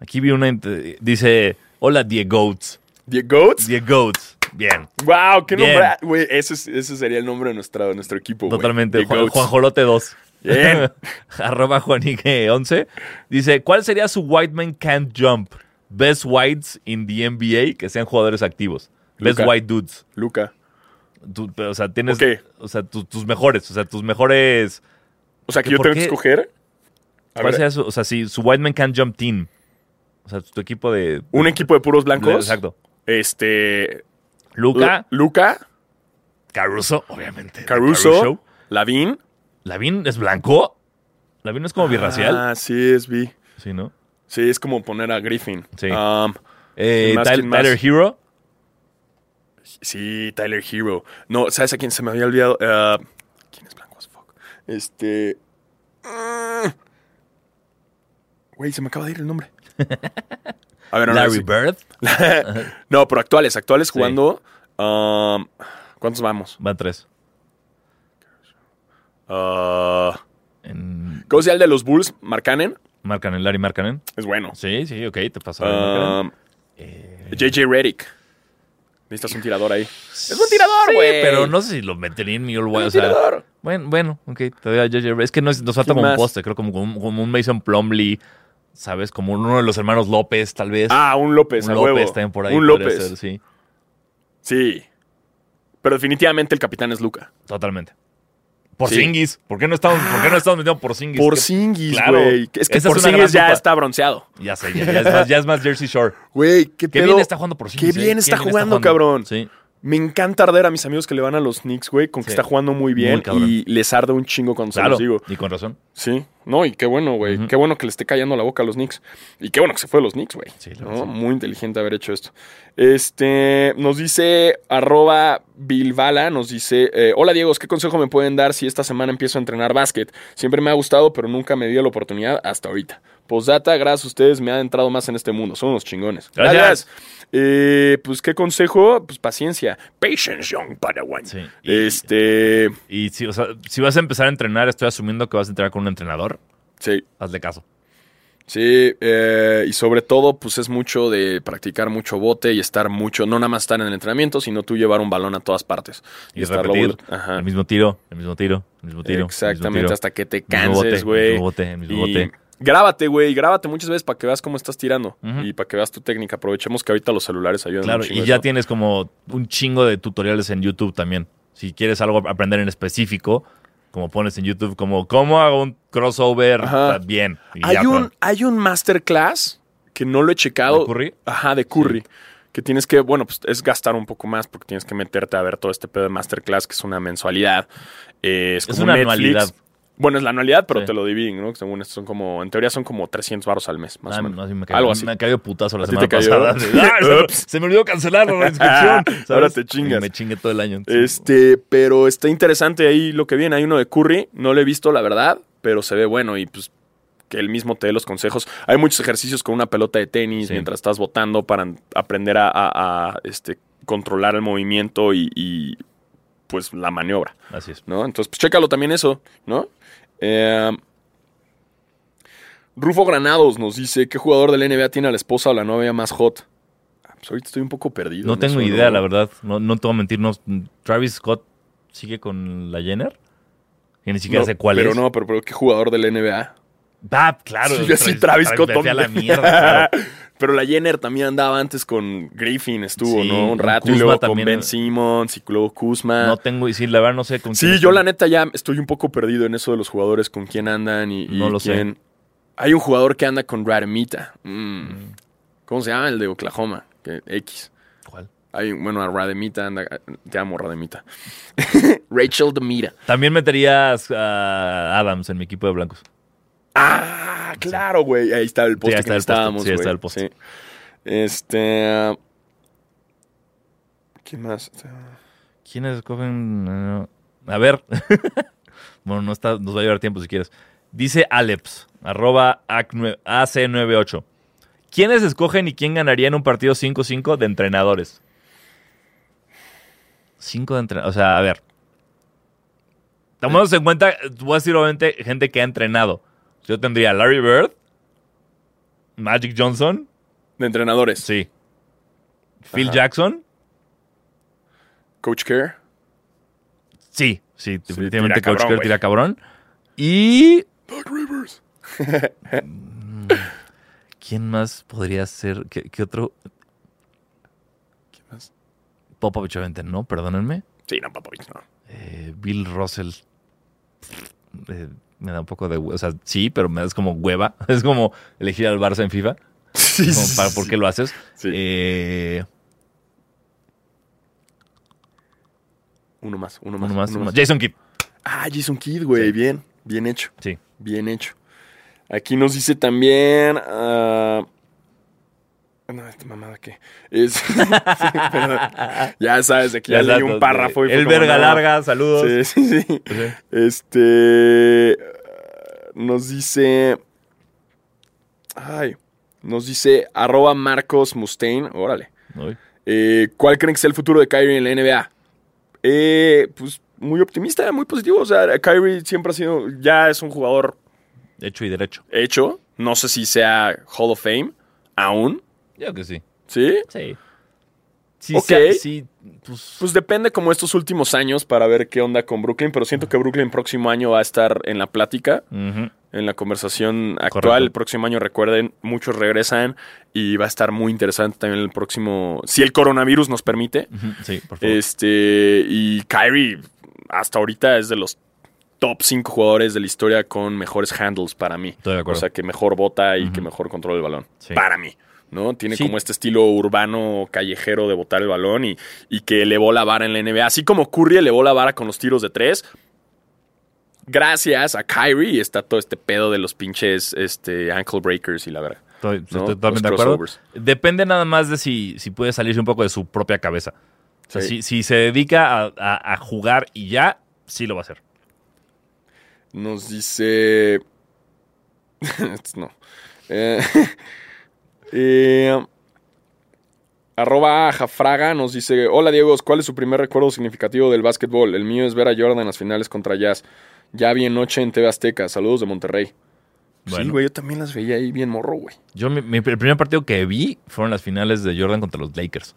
S2: Aquí vi una. int- Dice: Hola, Diegoats.
S1: ¿The Goats?
S2: Diegoats. Bien.
S1: ¡Wow! ¡Qué
S2: Bien.
S1: nombre! Güey, ese, es- ese sería el nombre de nuestro, de nuestro equipo. güey.
S2: Totalmente.
S1: The
S2: Juan,
S1: Goats.
S2: Juanjolote 2.
S1: Bien.
S2: Arroba Juanique11. Dice, ¿cuál sería su wide man can't jump? Best wides in the NBA que sean jugadores activos. Best
S1: Luka.
S2: wide dudes.
S1: Luca.
S2: Tú- pero, o sea, tienes...
S1: Ok.
S2: O sea, tu- tus mejores. O sea, tus mejores...
S1: O sea, que
S2: ¿Que
S1: yo
S2: por
S1: tengo que
S2: qué?
S1: escoger. A
S2: ¿Cuál
S1: ver,
S2: sería su, o sea, si su wide man can't jump team? O sea, tu equipo de...
S1: un equipo de puros blancos.
S2: Exacto.
S1: Este.
S2: Luca,
S1: Luca.
S2: Caruso, obviamente.
S1: Caruso. Lavín.
S2: ¿Lavín es blanco? ¿Lavín es como birracial?
S1: Ah, sí, es B.
S2: Sí, ¿no?
S1: Sí, es como poner a Griffin.
S2: Sí.
S1: Um,
S2: Eh,
S1: más,
S2: Tyler,
S1: quién más?
S2: Tyler Hero.
S1: sí, Tyler Hero. No, ¿sabes a quién se me había olvidado? Ah, ¿Quién es blanco as fuck? Este. mm. Güey, se me acaba de ir el nombre. A ver, no, no,
S2: Larry
S1: sí.
S2: Bird.
S1: No, pero actuales, actuales
S2: Sí.
S1: jugando. um, ¿Cuántos vamos?
S2: Van tres.
S1: Ah,
S2: En-
S1: ¿Cómo se llama el de los Bulls? Marcanen.
S2: Marcanen, Larry Marcanen.
S1: Es bueno.
S2: Sí, sí, ok, te pasó.
S1: Um, JJ Reddick. Necesitas un tirador ahí.
S2: es
S1: un tirador, güey.
S2: pero no sé si lo metería en mi all wide,
S1: un
S2: o sea,
S1: tirador.
S2: Bueno, bueno, ok, te doy a JJ. Es que nos, nos falta
S1: ¿Quién
S2: como un
S1: más?
S2: poste, creo como, un- como un Mason Plumley, ¿sabes? Como uno de los hermanos López, tal vez.
S1: Ah, un López,
S2: un
S1: a
S2: López
S1: huevo.
S2: también por ahí.
S1: Un
S2: podría
S1: López.
S2: ser, sí,
S1: Sí. Pero definitivamente el capitán es Luca.
S2: totalmente. Por
S1: Sí.
S2: Singis. ¿Por qué no estamos, ¿por qué no estamos metiendo por Singis?
S1: Por Porzingis,
S2: claro.
S1: güey. Es que
S2: Esa es una
S1: Porzingis
S2: gran
S1: ya
S2: dupla.
S1: está bronceado.
S2: Ya sé, ya, ya es, más, ya es más Jersey Shore.
S1: Güey, qué
S2: Qué
S1: pedo.
S2: bien está jugando por Singis.
S1: Qué bien
S2: eh,
S1: está jugando, cabrón.
S2: Sí.
S1: Me encanta arder a mis amigos que le van a los Knicks, güey, con que
S2: Sí.
S1: está jugando muy bien
S2: Muy cabrón.
S1: y les arde un chingo cuando se
S2: Claro,
S1: los digo.
S2: y con razón.
S1: Sí, no, y qué bueno, güey.
S2: Ujú.
S1: Qué bueno que le esté callando la boca a los Knicks. Y qué bueno que se fue a los Knicks, güey.
S2: Sí, la
S1: ¿No?
S2: verdad, sí.
S1: Muy inteligente haber hecho esto. Este, nos dice arroba Bilbala, nos dice, eh, hola Diego, ¿qué consejo me pueden dar si esta semana empiezo a entrenar básquet? Siempre me ha gustado, pero nunca me dio la oportunidad hasta ahorita. Postdata, gracias a ustedes me ha entrado más en este mundo. Son unos chingones.
S2: Gracias.
S1: Eh, pues, ¿qué consejo? Pues paciencia. Patience, young Padawan.
S2: Sí. Y-
S1: Este,
S2: Y si, o sea, si vas a empezar a entrenar, estoy asumiendo que vas a entrenar con un entrenador.
S1: sí.
S2: Hazle caso.
S1: Sí, eh, y sobre todo, pues es mucho de practicar mucho bote y estar mucho, no nada más estar en el entrenamiento, sino tú llevar un balón a todas partes.
S2: Y,
S1: estarlo
S2: repetir
S1: vol- Ajá.
S2: el mismo tiro, el mismo tiro, el mismo tiro. el mismo
S1: Exactamente,
S2: tiro,
S1: hasta que te
S2: el mismo bote,
S1: canses,
S2: El
S1: güey.
S2: mismo bote, el mismo
S1: Y
S2: bote.
S1: Grábate, güey, grábate muchas veces para que veas cómo estás tirando
S2: Ujú.
S1: y para que veas tu técnica. Aprovechemos que ahorita los celulares ayudan
S2: Claro,
S1: un chingo
S2: y ya
S1: eso.
S2: tienes como un chingo de tutoriales en YouTube también. Si quieres algo ap- aprender en específico, como pones en YouTube, como cómo hago un crossover
S1: Ajá.
S2: bien. y ya,
S1: Hay un,
S2: perdón.
S1: hay un masterclass que no lo he checado.
S2: ¿De Curry?
S1: Ajá, de Curry. Que tienes que, bueno, pues es gastar un poco más porque tienes que meterte a ver todo este pedo de masterclass, que es una mensualidad. Eh, es como
S2: una
S1: Netflix.
S2: anualidad.
S1: Bueno, es la anualidad, pero
S2: Sí.
S1: te lo dividen, ¿no? Según esto son como, en teoría son como 300 baros al mes, más
S2: Ah,
S1: o menos.
S2: no, sí me cayó,
S1: Algo así.
S2: Me cayó putazo la
S1: ti
S2: semana
S1: te cayó?
S2: pasada. Ah, se, me,
S1: Ups.
S2: se me olvidó cancelar la inscripción. ¿sabes?
S1: Ahora te chingas.
S2: Y me chingué todo el año. entonces,
S1: Este, pero está interesante ahí lo que viene. Hay uno de Curry, no lo he visto, la verdad, pero se ve bueno y pues que él mismo te dé los consejos. Hay muchos ejercicios con una pelota de tenis
S2: Sí.
S1: mientras estás votando para aprender a, a- a, este, controlar el movimiento y, y, pues la maniobra,
S2: Así es.
S1: ¿no? Entonces, pues chécalo también eso, ¿no? Eh, Rufo Granados nos dice, ¿qué jugador del NBA tiene a la esposa o la novia más hot? Ah, Pues ahorita estoy un poco perdido.
S2: No
S1: en eso,
S2: tengo idea,
S1: ¿no?
S2: la verdad. No, no te voy a mentir. No, Travis Scott sigue con la Jenner. Y ni siquiera
S1: No,
S2: sé cuál
S1: pero
S2: es.
S1: no, pero, pero ¿qué jugador del NBA?
S2: Ah, claro.
S1: Sí, yo sí, Travis Scott,
S2: me fui a la
S1: hombre.
S2: mierda. claro.
S1: Pero la Jenner también andaba antes con Griffin, estuvo,
S2: Sí,
S1: ¿no? Un
S2: con
S1: rato. y
S2: Kuzma
S1: luego con
S2: también. eh.
S1: Ben Simmons y luego Kuzma.
S2: No tengo, y sí, la verdad no sé con
S1: sí,
S2: quién
S1: yo
S2: estoy.
S1: la neta ya estoy un poco perdido en eso de los jugadores, con quién andan y, y
S2: No lo sé.
S1: quién. Hay un jugador que anda con Rademita. Mm. ¿Cómo se llama? El de Oklahoma. que- X.
S2: ¿Cuál?
S1: Hay, bueno, a Rademita anda. Te amo, Rademita. Rachel Demita.
S2: También meterías a Adams en mi equipo de blancos.
S1: Ah, claro, güey. Ahí está el poste
S2: ahí
S1: que
S2: está el poste.
S1: estábamos,
S2: Sí, ahí está
S1: güey.
S2: el poste.
S1: Sí. Este. ¿Quién más?
S2: ¿Quiénes cogen? No, no. A ver. bueno, no está, nos va a llevar tiempo si quieres. Dice Aleps, arroba ac9- AC98. ¿Quiénes escogen y quién ganaría en un partido 5-5 de entrenadores? 5 de entrenadores. O sea, a ver. Tomamos en cuenta, eh, voy a decir obviamente gente que ha entrenado. Yo tendría Larry Bird, Magic Johnson,
S1: De entrenadores.
S2: sí. Phil
S1: Ajá.
S2: Jackson,
S1: Coach Care.
S2: Sí, sí,
S1: Sí,
S2: definitivamente
S1: tira
S2: Coach
S1: cabrón,
S2: Kerr
S1: güey.
S2: tira cabrón. Y.
S1: Doc Rivers.
S2: ¿Quién más podría ser? ¿Qué, qué otro?
S1: ¿Quién más?
S2: Popovich, obviamente, no, perdónenme.
S1: Sí, no, Popovich, no.
S2: Eh, Bill Russell. Eh, me da un poco de. hue- O sea, sí, pero me das como hueva. Es como elegir al Barça en FIFA.
S1: Sí,
S2: Como
S1: sí,
S2: para,
S1: sí,
S2: ¿Por
S1: sí.
S2: qué lo haces?
S1: Sí.
S2: Eh,
S1: Uno más, uno más.
S2: uno más, uno más. Jason Kidd.
S1: Ah, Jason Kidd, güey.
S2: Sí.
S1: Bien, bien hecho.
S2: Sí.
S1: Bien hecho. Aquí nos dice también. ah, no, esta mamada que. Es, Sí, perdón. ya sabes, aquí ya, leí un párrafo. y fue
S2: El
S1: como,
S2: verga
S1: no.
S2: larga, saludos.
S1: Sí, sí, sí.
S2: Sí.
S1: Este. ah, Nos dice. Ay. Nos dice arroba Marcos Mustaine. Órale.
S2: Uy.
S1: Eh, ¿Cuál creen que sea el futuro de Kyrie en la NBA? Eh, pues muy optimista, muy positivo. O sea, Kyrie siempre ha sido, ya es un jugador
S2: Hecho y derecho.
S1: hecho. No sé si sea Hall of Fame aún,
S2: Yo creo que sí.
S1: ¿sí?
S2: Sí. Sí,
S1: Ok.
S2: sea- sí, pues,
S1: Pues depende como estos últimos años para ver qué onda con Brooklyn, pero siento que Brooklyn próximo año va a estar en la plática,
S2: ujú.
S1: en la conversación actual.
S2: Correcto.
S1: El próximo año, recuerden, muchos regresan y va a estar muy interesante también el próximo, si el coronavirus nos permite.
S2: Ujú, Sí, por favor.
S1: Este, y Kyrie hasta ahorita es de los top 5 jugadores de la historia con mejores handles para mí.
S2: Estoy de acuerdo.
S1: O sea, que mejor bota y
S2: Ujú.
S1: que mejor controla el balón.
S2: Sí.
S1: Para mí. ¿no? Tiene
S2: Sí.
S1: como este estilo urbano, callejero de botar el balón y, y que elevó la vara en la NBA. Así como Curry elevó la vara con los tiros de tres. Gracias a Kyrie está todo este pedo de los pinches este, ankle breakers y la verdad.
S2: Estoy, estoy
S1: ¿no?
S2: totalmente de
S1: Los
S2: acuerdo.
S1: crossovers.
S2: Depende nada más de si, si puede salirse un poco de su propia cabeza. O sea,
S1: Sí.
S2: si, si se dedica a, a- a jugar y ya, sí lo va a hacer.
S1: Nos dice. Estos no. Eh, eh, arroba Jafraga nos dice: Hola Diego, ¿cuál es su primer recuerdo significativo del básquetbol? El mío es ver a Jordan en las finales contra Jazz. Ya vi en noche en TV Azteca. Saludos de Monterrey. Sí,
S2: Bueno.
S1: güey, yo también las veía ahí bien morro, güey.
S2: Yo, mi- mi- el primer partido que vi fueron las finales de Jordan contra los Lakers.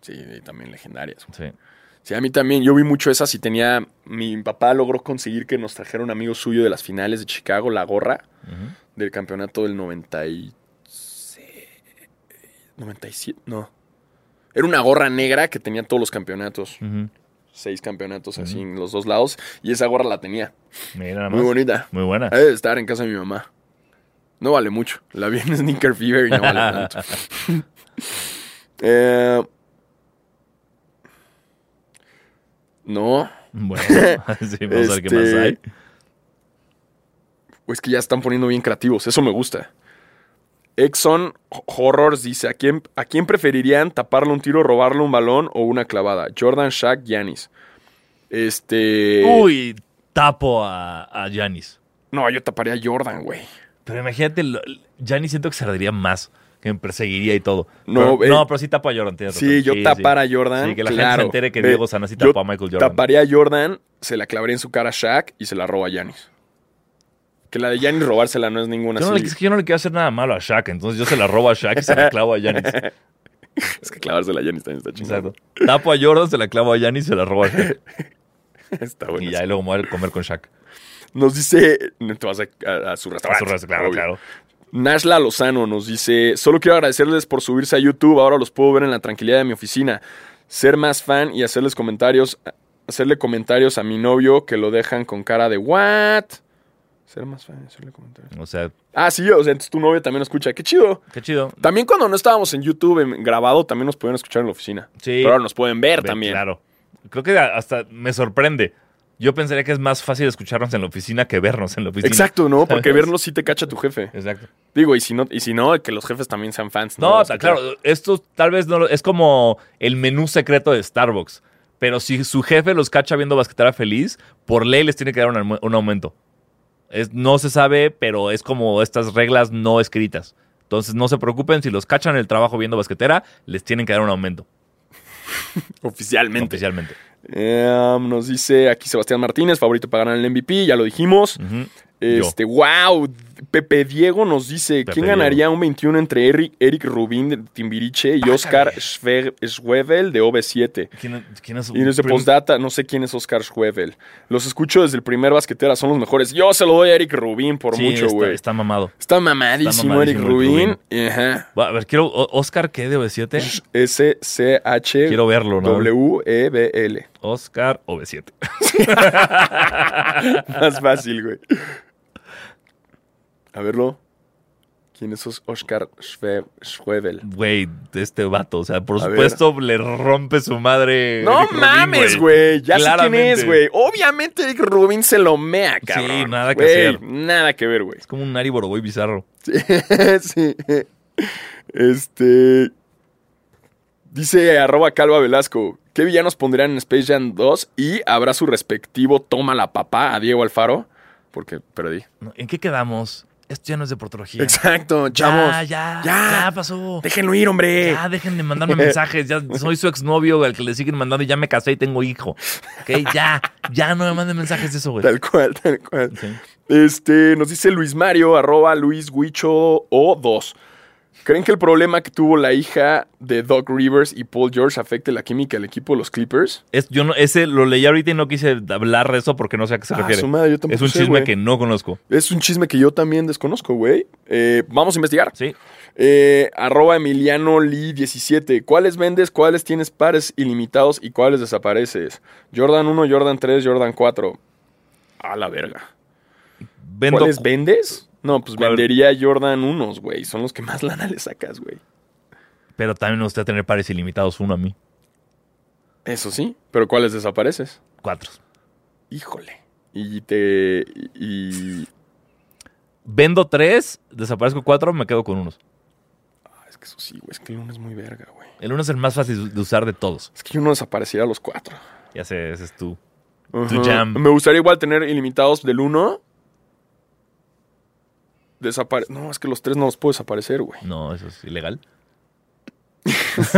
S1: Sí, y también legendarias. güey.
S2: Sí.
S1: Sí, a mí también. Yo vi mucho esas y tenía. Mi papá logró conseguir que nos trajera un amigo suyo de las finales de Chicago, la gorra.
S2: Ujú.
S1: del campeonato del 96. 97, no. Era una gorra negra que tenía todos los campeonatos.
S2: Ujú.
S1: Seis campeonatos así en los dos lados. Y esa gorra la tenía.
S2: Mira nada más.
S1: Muy Eh. bonita.
S2: Muy buena.
S1: Ha de estar en casa de mi mamá. No vale mucho. La vi en Sneaker Fever y no vale tanto. Eh, no.
S2: Bueno, sí, vamos a ver qué más
S1: Este,
S2: hay.
S1: Es que ya están poniendo bien creativos, eso me gusta. Exxon Horrors dice: ¿a quién, ¿a quién preferirían taparle un tiro, robarle un balón o una clavada? Jordan, Shaq, Giannis. Este.
S2: Uy, tapo a, a Giannis.
S1: No, yo taparía a Jordan, güey.
S2: Pero imagínate, lo- Giannis siento que se ardería más, que me perseguiría y todo.
S1: No,
S2: pero,
S1: eh,
S2: no, pero sí tapo a Jordan. tienes razón.
S1: Sí, yo
S2: sí.
S1: tapar a Jordan.
S2: Sí, que la gente
S1: claro.
S2: se entere que
S1: Ve,
S2: Diego Sanasi
S1: yo
S2: tapó a Michael Jordan.
S1: Taparía a Jordan, se la clavaría en su cara a Shaq y se la roba a Giannis. Que la de Giannis robársela no es ninguna
S2: Yo no, le,
S1: así.
S2: es que yo no le quiero hacer nada malo a Shaq, entonces yo se la robo a Shaq y se la clavo a Yanis.
S1: Es que clavársela a Giannis también está
S2: Exacto.
S1: chingado.
S2: Tapo a Jordan, se la clavo a Yanis y se la robo a Shaq.
S1: Está bueno.
S2: y
S1: eso.
S2: ya y luego me voy a comer con Shaq.
S1: Nos dice. Te vas a, a- a su
S2: Por
S1: restaurante.
S2: supuesto, claro,
S1: Ah, obvio.
S2: claro.
S1: Nashla Lozano nos dice: Solo quiero agradecerles por subirse a YouTube. Ahora los puedo ver en la tranquilidad de mi oficina. Ser más fan y hacerles comentarios. Hacerle comentarios a mi novio que lo dejan con cara de what? Ser más fan y hacerle comentarios.
S2: O sea,
S1: Ah, sí, o sea, entonces tu novio también nos escucha. Qué chido.
S2: qué chido.
S1: También cuando no estábamos en YouTube en- grabado, también nos podían escuchar en la oficina.
S2: Sí.
S1: Pero ahora nos pueden ver,
S2: Ve,
S1: también.
S2: Claro. Creo que a- hasta me sorprende. Yo pensaría que es más fácil escucharnos en la oficina que vernos en la oficina.
S1: Exacto, ¿no? Porque
S2: ¿Sabes?
S1: vernos sí te cacha tu jefe.
S2: Exacto.
S1: Digo, y si no, y si no que los jefes también sean fans.
S2: No,
S1: Los
S2: ta-
S1: que te-
S2: claro, esto tal vez no lo- es como el menú secreto de Starbucks. Pero si su jefe los cacha viendo basquetera feliz, por ley les tiene que dar un, almu- un aumento. Es, no se sabe, pero es como estas reglas no escritas. Entonces no se preocupen, si los cachan en el trabajo viendo basquetera, les tienen que dar un aumento,
S1: Oficialmente.
S2: oficialmente.
S1: Em, nos dice aquí Sebastián Martínez, favorito para ganar el MVP, ya lo dijimos.
S2: Ujú. Mm. Yo.
S1: Este, wow, Pepe Diego nos dice,
S2: Pepe
S1: ¿quién
S2: Diego.
S1: ganaría un 21 entre Eric, Eric Rubín de Timbiriche y Oscar Schwe- Schwebel de OV7?
S2: ¿Quién, quién es su
S1: Y en ese
S2: prim-
S1: postdata, no sé quién es Oscar Schwebel. Los escucho desde el primer basquetera, son los mejores. Yo se lo doy a Eric Rubín por
S2: Sí,
S1: mucho,
S2: está-
S1: güey. Está,
S2: Está, mamado.
S1: mamadísimo
S2: mamadísimo
S1: Eric
S2: Eric
S1: Rubín.
S2: Rubin.
S1: Ajá.
S2: Va, a ver, quiero. o- Oscar, ¿qué de 7
S1: Pues, S-C-H.
S2: Quiero verlo, ¿no?
S1: E W-E-B-L.
S2: Oscar OV7.
S1: Más fácil, güey. A verlo. ¿Quién es Os- Oscar Schwe- Schwebel?
S2: Güey, de este vato. O sea, por
S1: A ver.
S2: supuesto, le rompe su madre.
S1: No
S2: Eric Rubin,
S1: mames, güey. Ya sé quién
S2: Claramente.
S1: es, güey. Obviamente Eric Rubin se lo mea, cabrón.
S2: nada que
S1: Güey,
S2: hacer.
S1: Nada que ver, güey.
S2: Es como un Ari Boroboy bizarro.
S1: Sí, sí. Este. Dice arroba calva Velasco. ¿Qué villanos pondrían en Space Jam 2? Y habrá su respectivo toma la papá a Diego Alfaro. Porque perdí.
S2: No, ¿En qué quedamos? Esto ya no es deportología.
S1: Exacto,
S2: Ya,
S1: chavos.
S2: ya,
S1: Ya.
S2: ya, pasó.
S1: Déjenlo ir, hombre.
S2: Ya, dejen de mandarme mensajes. Ya soy su exnovio al que le siguen mandando y ya me casé y tengo hijo. Ok, ya, ya no me manden mensajes de eso, güey.
S1: Tal cual, tal cual.
S2: Sí.
S1: Este, nos dice Luis Mario, arroba Luis Huicho o 2. ¿Creen que el problema que tuvo la hija de Doc Rivers y Paul George afecte la química del equipo de los Clippers?
S2: Es- yo no, ese lo leí ahorita y no quise hablar de eso porque no sé a qué se
S1: Ah,
S2: refiere.
S1: su madre, yo tampoco
S2: es un
S1: sé,
S2: chisme
S1: güey.
S2: que no conozco.
S1: Es un chisme que yo también desconozco, güey. Eh, vamos a investigar.
S2: Sí.
S1: Eh, arroba Emiliano Lee 17. ¿Cuáles vendes? ¿Cuáles tienes pares ilimitados y cuáles desapareces? Jordan 1, Jordan 3, Jordan 4. A la verga.
S2: Vendo.
S1: ¿Cuáles vendes? No, pues
S2: ¿Cuál?
S1: vendería Jordan unos, güey. Son los que más lana le sacas, güey.
S2: Pero también me gusta tener pares ilimitados, uno a mí.
S1: Eso sí, pero ¿cuáles desapareces?
S2: Cuatro.
S1: Híjole. Y te. Y.
S2: Vendo tres, desaparezco cuatro, me quedo con unos.
S1: Ah, es que eso sí, güey. Es que el uno es muy verga, güey.
S2: El uno es el más fácil de usar de todos.
S1: Es que yo no desapareciera a los cuatro.
S2: Ya sé, ese es tú.
S1: Ujú.
S2: jam.
S1: Me gustaría igual tener ilimitados del uno. Desapare. No, es que los tres no los puedo desaparecer, güey.
S2: No, eso es ilegal.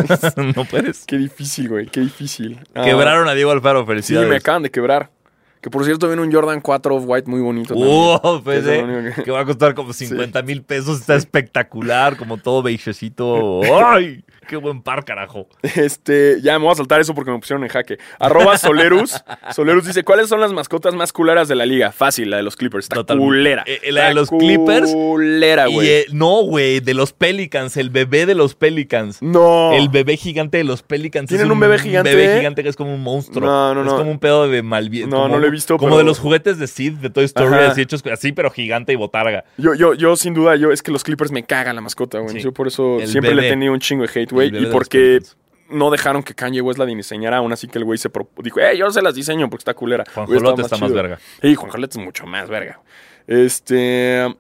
S2: no puedes.
S1: Qué difícil, güey. Qué difícil. Ah,
S2: Quebraron a Diego Alfaro,
S1: Sí,
S2: felicidades.
S1: me acaban de quebrar. Que por cierto, viene un Jordan 4 Off-White muy bonito. también.
S2: Wow, pues,
S1: Es lo
S2: eh,
S1: único que-
S2: que va a costar como 50 mil pesos. Está espectacular, como todo beigecito. ¡Ay! ¡Qué buen par, carajo!
S1: Este, ya me voy a saltar eso porque me pusieron en jaque. Arroba Solerus. Solerus dice: ¿Cuáles son las mascotas más culeras de la liga? Fácil, la de los Clippers. Está
S2: Totalmente.
S1: culera.
S2: Eh, eh, la de
S1: Está
S2: los Clippers
S1: Culera,
S2: Y
S1: Ah, güey.
S2: eh, no, güey, de los Pelicans, el bebé de los Pelicans.
S1: no.
S2: El bebé gigante de los Pelicans.
S1: ¿Tienen un bebé gigante?
S2: bebé gigante que es como un monstruo.
S1: No, no,
S2: es
S1: no.
S2: como un pedo de malviejo.
S1: No, no lo he visto,
S2: Como
S1: pero-
S2: de los juguetes de Sid, de Toy Story,
S1: Ajá.
S2: así hechos así, pero gigante y botarga.
S1: Yo, yo, yo, sin duda, yo es que los Clippers me cagan la mascota, güey.
S2: Sí.
S1: Yo por eso
S2: El
S1: siempre le he
S2: bebé.
S1: tenido un chingo de hate,
S2: El
S1: güey.
S2: bebé
S1: Y
S2: de los
S1: porque
S2: Pelicans.
S1: no dejaron que Kanye West la diseñara, aún así que el güey se propu- dijo, eh, yo se las diseño porque está culera.
S2: Juan
S1: Güey, estaba
S2: Jolote está más
S1: chido.
S2: verga.
S1: Sí, Juan Jolete es mucho más verga. Este.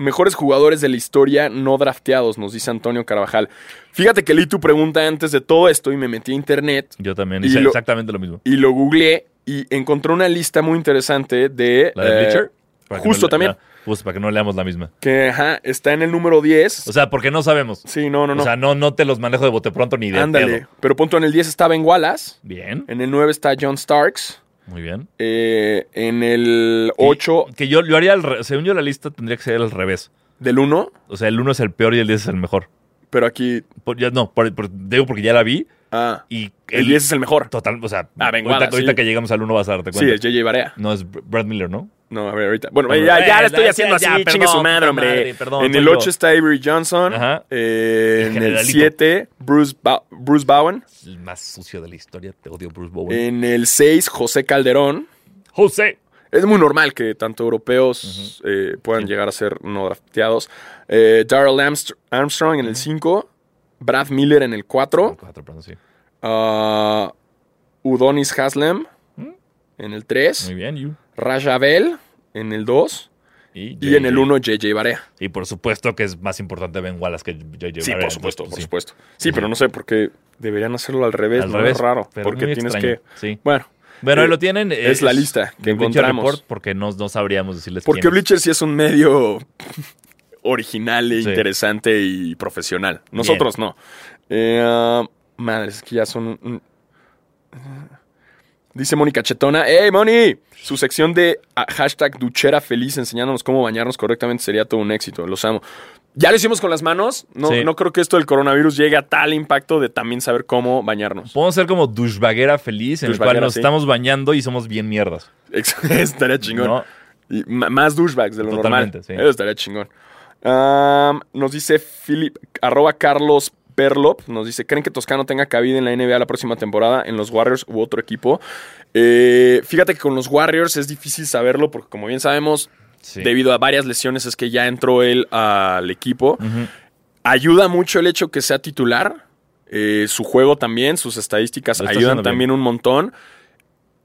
S1: Mejores jugadores de la historia no drafteados, nos dice Antonio Carvajal. Fíjate que leí tu pregunta antes de todo esto y me metí a internet
S2: Yo también
S1: Y
S2: hice
S1: lo-
S2: exactamente lo mismo.
S1: y lo googleé y encontré una lista muy interesante de.
S2: La de
S1: eh,
S2: Bleacher. para que
S1: justo
S2: le-
S1: también.
S2: la- justo para que no leamos la misma.
S1: que ajá, está en el número 10.
S2: O sea, porque no sabemos.
S1: sí, no, no, no.
S2: O sea, no, no te los manejo de bote pronto ni de
S1: Ándale.
S2: pedo.
S1: Pero punto en el 10 estaba Ben Wallace.
S2: Bien,
S1: En el 9 está John Starks.
S2: muy bien.
S1: eh, en el 8
S2: Que yo, yo haría, al re- según yo la lista tendría que ser al revés.
S1: del 1.
S2: O sea, el 1 es el peor y el 10 es el mejor.
S1: Pero aquí.
S2: Por- ya, no, por- por- digo porque ya la vi
S1: Ah,
S2: y
S1: el 10 es el mejor.
S2: Total, o sea,
S1: Ah, Ben
S2: ahorita,
S1: Wallace,
S2: ahorita
S1: sí.
S2: que llegamos al 1 vas a darte
S1: Sí,
S2: cuenta.
S1: es JJ Barea.
S2: No, es Br- Brad Miller, ¿no?
S1: No, a ver, ahorita. Bueno,
S2: Bueno,
S1: ya,
S2: eh,
S1: ya le estoy
S2: ya,
S1: haciendo
S2: ya,
S1: así,
S2: perdón,
S1: chingue su
S2: puta
S1: madre, hombre.
S2: madre, perdón,
S1: en
S2: soy
S1: el
S2: yo.
S1: 8 está Avery Johnson.
S2: Ajá.
S1: Eh,
S2: El
S1: en el
S2: generalito.
S1: 7, Bruce, Ba- Bruce Bowen.
S2: El más sucio de la historia, te odio Bruce Bowen.
S1: En el 6, José Calderón.
S2: José.
S1: Es muy normal que tanto europeos eh, puedan llegar a ser no drafteados. Eh, Darrell Amst- Armstrong en el 5. Brad Miller en el 4.
S2: Cuatro, perdón, sí.
S1: ah, Udonis Haslem en el 3.
S2: Muy bien, you.
S1: Rajavel en el 2. Y
S2: JJ.
S1: en el 1, JJ Barea.
S2: Y por supuesto que es más importante Ben Wallace que JJ
S1: Sí,
S2: Barrett,
S1: por supuesto, por
S2: entonces, pues, sí.
S1: supuesto. Sí, pero no sé por qué deberían hacerlo al revés.
S2: Al
S1: ¿no?
S2: revés.
S1: Es raro.
S2: pero
S1: porque
S2: muy
S1: tienes
S2: extraño,
S1: que.
S2: Sí.
S1: Bueno,
S2: Bueno,
S1: Eh,
S2: ahí lo tienen.
S1: es la lista que
S2: de Bleacher
S1: encontramos.
S2: Report, porque no, no sabríamos decirles
S1: porque
S2: quién es.
S1: Bleacher sí es un medio original, e
S2: Sí.
S1: interesante y profesional. Nosotros no. Eh, ah, madre, es que ya son. un- un- Dice Mónica Chetona, ¡Hey, Moni! Su sección de ah, hashtag duchera feliz enseñándonos cómo bañarnos correctamente sería todo un éxito. Los amo. Ya lo hicimos con las manos. No,
S2: Sí.
S1: no creo que esto del coronavirus llegue a tal impacto de también saber cómo bañarnos.
S2: Podemos ser como douchebaguera feliz en el cual
S1: Douchebaguera,
S2: nos
S1: sí.
S2: estamos bañando y somos bien mierdas.
S1: Ex- estaría chingón.
S2: ¿no?
S1: Y ma- más douchebags de lo
S2: Totalmente,
S1: normal.
S2: sí.
S1: Eso estaría chingón. Am, nos dice Philip, arroba Carlos Perlop, nos dice, ¿creen que Toscano tenga cabida en la NBA la próxima temporada en los Warriors u otro equipo? Eh, fíjate que con los Warriors es difícil saberlo porque como bien sabemos,
S2: Sí.
S1: debido a varias lesiones es que ya entró él al equipo.
S2: Ujú.
S1: Ayuda mucho el hecho que sea titular. Eh, su juego también, sus estadísticas
S2: Lo está
S1: ayudan
S2: haciendo bien.
S1: también un montón.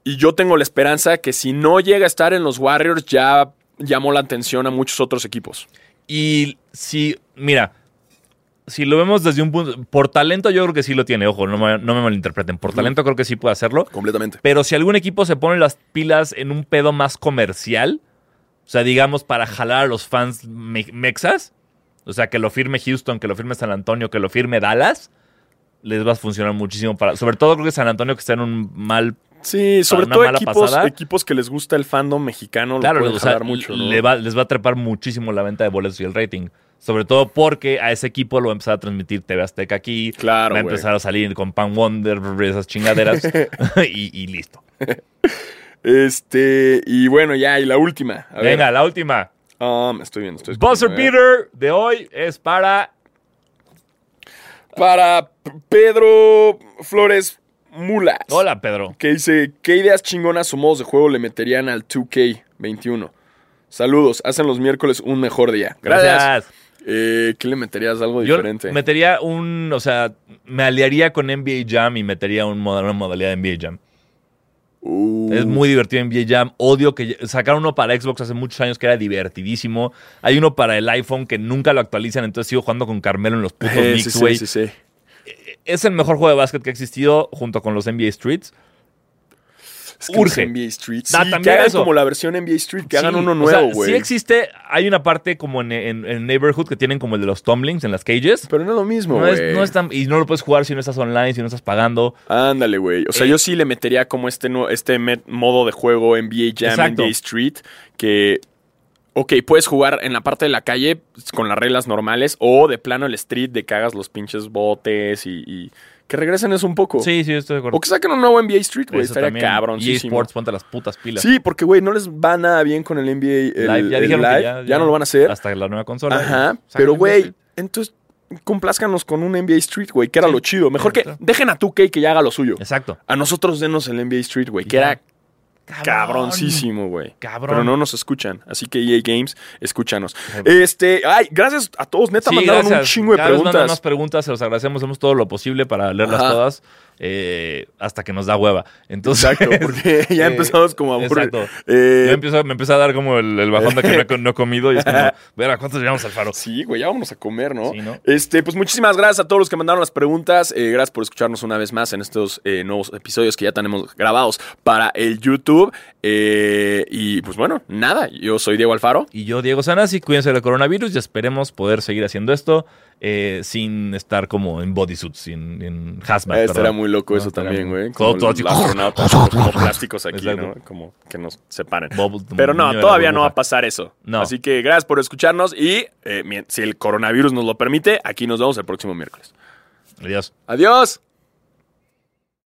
S1: Y yo tengo la esperanza que si no llega a estar en los Warriors, ya llamó la atención a muchos otros equipos.
S2: Y si, mira, si lo vemos desde un punto, por talento yo creo que sí lo tiene, ojo, no me, no me malinterpreten, por talento creo que sí puede hacerlo,
S1: Completamente.
S2: pero si algún equipo se pone las pilas en un pedo más comercial, o sea, digamos para jalar a los fans me- mexas, o sea, que lo firme Houston, que lo firme San Antonio, que lo firme Dallas, les va a funcionar muchísimo para, sobre todo creo que San Antonio que está en un mal
S1: Sí, sobre
S2: una
S1: todo
S2: mala
S1: equipos,
S2: pasada.
S1: equipos que les gusta el fandom mexicano,
S2: Claro,
S1: lo pueden
S2: o sea,
S1: jalar mucho. ¿no?
S2: le va- les va a trepar muchísimo la venta de boletos y el rating. Sobre todo porque a ese equipo lo va a empezar a transmitir TV Azteca aquí.
S1: Claro,
S2: Va a
S1: güey.
S2: empezar a salir con Pan Wonder, esas chingaderas. y, y listo.
S1: Este, y bueno, ya, y la última. A
S2: Venga,
S1: ver.
S2: la última.
S1: Um, estoy viendo, estoy
S2: Buzzer
S1: escuchando, ¿eh? a ver.
S2: Peter de hoy es para.
S1: Para P- Pedro Flores Mulas.
S2: Hola, Pedro.
S1: que dice, ¿qué ideas chingonas o modos de juego le meterían al 2K21? Saludos, hacen los miércoles un mejor día. Gracias. Eh, ¿Qué le meterías algo
S2: Yo
S1: diferente?
S2: metería un. O sea, me aliaría con NBA Jam y metería un moda- una modalidad de NBA Jam.
S1: Uh,
S2: Es muy divertido en NBA Jam. Odio que ya- sacaron uno para Xbox hace muchos años que era divertidísimo. Hay uno para el iPhone que nunca lo actualizan, entonces sigo jugando con Carmelo en los putos
S1: eh,
S2: Knicks,
S1: sí, sí,
S2: güey.
S1: sí, sí.
S2: Es el mejor juego de básquet que ha existido junto con los NBA Streets.
S1: Es que
S2: Urge.
S1: es NBA Street.
S2: Ah,
S1: Sí, que
S2: también
S1: hagan
S2: eso.
S1: como la versión NBA Street, que hagan
S2: Sí,
S1: uno
S2: o sea,
S1: nuevo, güey.
S2: sí existe, hay una parte como en, en- en Neighborhood que tienen como el de los Tomlings en las cages.
S1: Pero no es lo mismo,
S2: No
S1: güey.
S2: es, no es tan- y no lo puedes jugar si no estás online, si no estás pagando.
S1: Ándale, güey. O sea,
S2: Eh.
S1: yo sí le metería como este, nue- este me- modo de juego NBA Jam,
S2: Exacto.
S1: NBA Street, que, ok, puedes jugar en la parte de la calle pues, con las reglas normales o de plano el street de que hagas los pinches botes y, y que regresen eso un poco.
S2: Sí, sí, estoy de acuerdo.
S1: O que saquen un nuevo NBA Street, Oh. güey.
S2: Eso
S1: Estaría
S2: también. EA
S1: cabroncísimo.
S2: Sports, ponte las putas pilas.
S1: Sí, porque, güey, no les va nada bien con el NBA el-
S2: Live, ya
S1: el
S2: dijeron que
S1: live.
S2: ya-
S1: Ya no lo van a hacer.
S2: Hasta la nueva consola.
S1: eh. Ajá,
S2: Sácalo
S1: pero
S2: en
S1: güey,
S2: Street.
S1: entonces complázcanos con un NBA Street, güey, que era
S2: Sí.
S1: lo chido. Mejor que
S2: Exacto.
S1: dejen a 2K que ya haga lo suyo.
S2: Exacto.
S1: A nosotros denos el NBA Street, güey, que
S2: Ya.
S1: era cabroncísimo, güey.
S2: Cabrón.
S1: Pero no nos escuchan, así que EA Games, escúchanos. Este, ay, gracias a todos, neta,
S2: Sí,
S1: mandaron un
S2: gracias.
S1: chingo de
S2: Cada vez mandan
S1: preguntas.
S2: más preguntas, se los agradecemos, hacemos todo lo posible para leerlas
S1: Ajá.
S2: todas eh, hasta que nos da hueva. Entonces,
S1: Exacto, porque ya
S2: eh,
S1: empezamos como a aburrir.
S2: exacto.
S1: Eh,
S2: yo empiezo- me empieza a dar como el, el bajón de que no he, co- no he comido y es como, verá, ¿cuántos llevamos al faro?
S1: Sí, güey, ya vámonos a comer, ¿no?
S2: Sí, ¿no?
S1: Este, pues muchísimas gracias a todos los que mandaron las preguntas. Eh, gracias por escucharnos una vez más en estos eh, nuevos episodios que ya tenemos grabados para el YouTube. Eh, y pues bueno, nada, yo soy Diego Alfaro.
S2: Y yo, Diego Sanasi, cuídense del coronavirus y esperemos poder seguir haciendo esto eh, sin estar como en bodysuits, en, en hazmat.
S1: Eh, estaría
S2: perdón.
S1: muy loco
S2: No,
S1: eso
S2: estaría
S1: también,
S2: muy-
S1: güey.
S2: Todo-
S1: Como
S2: todo
S1: los
S2: chico.
S1: astronautas, como plásticos aquí,
S2: Exacto.
S1: ¿no? Como que nos separen.
S2: Bubbles,
S1: Pero
S2: niño
S1: no,
S2: de la
S1: todavía no va
S2: burbuja.
S1: a pasar eso.
S2: No.
S1: Así que gracias por escucharnos y eh, mien- si el coronavirus nos lo permite, aquí nos vemos el próximo miércoles.
S2: Adiós.
S1: Adiós.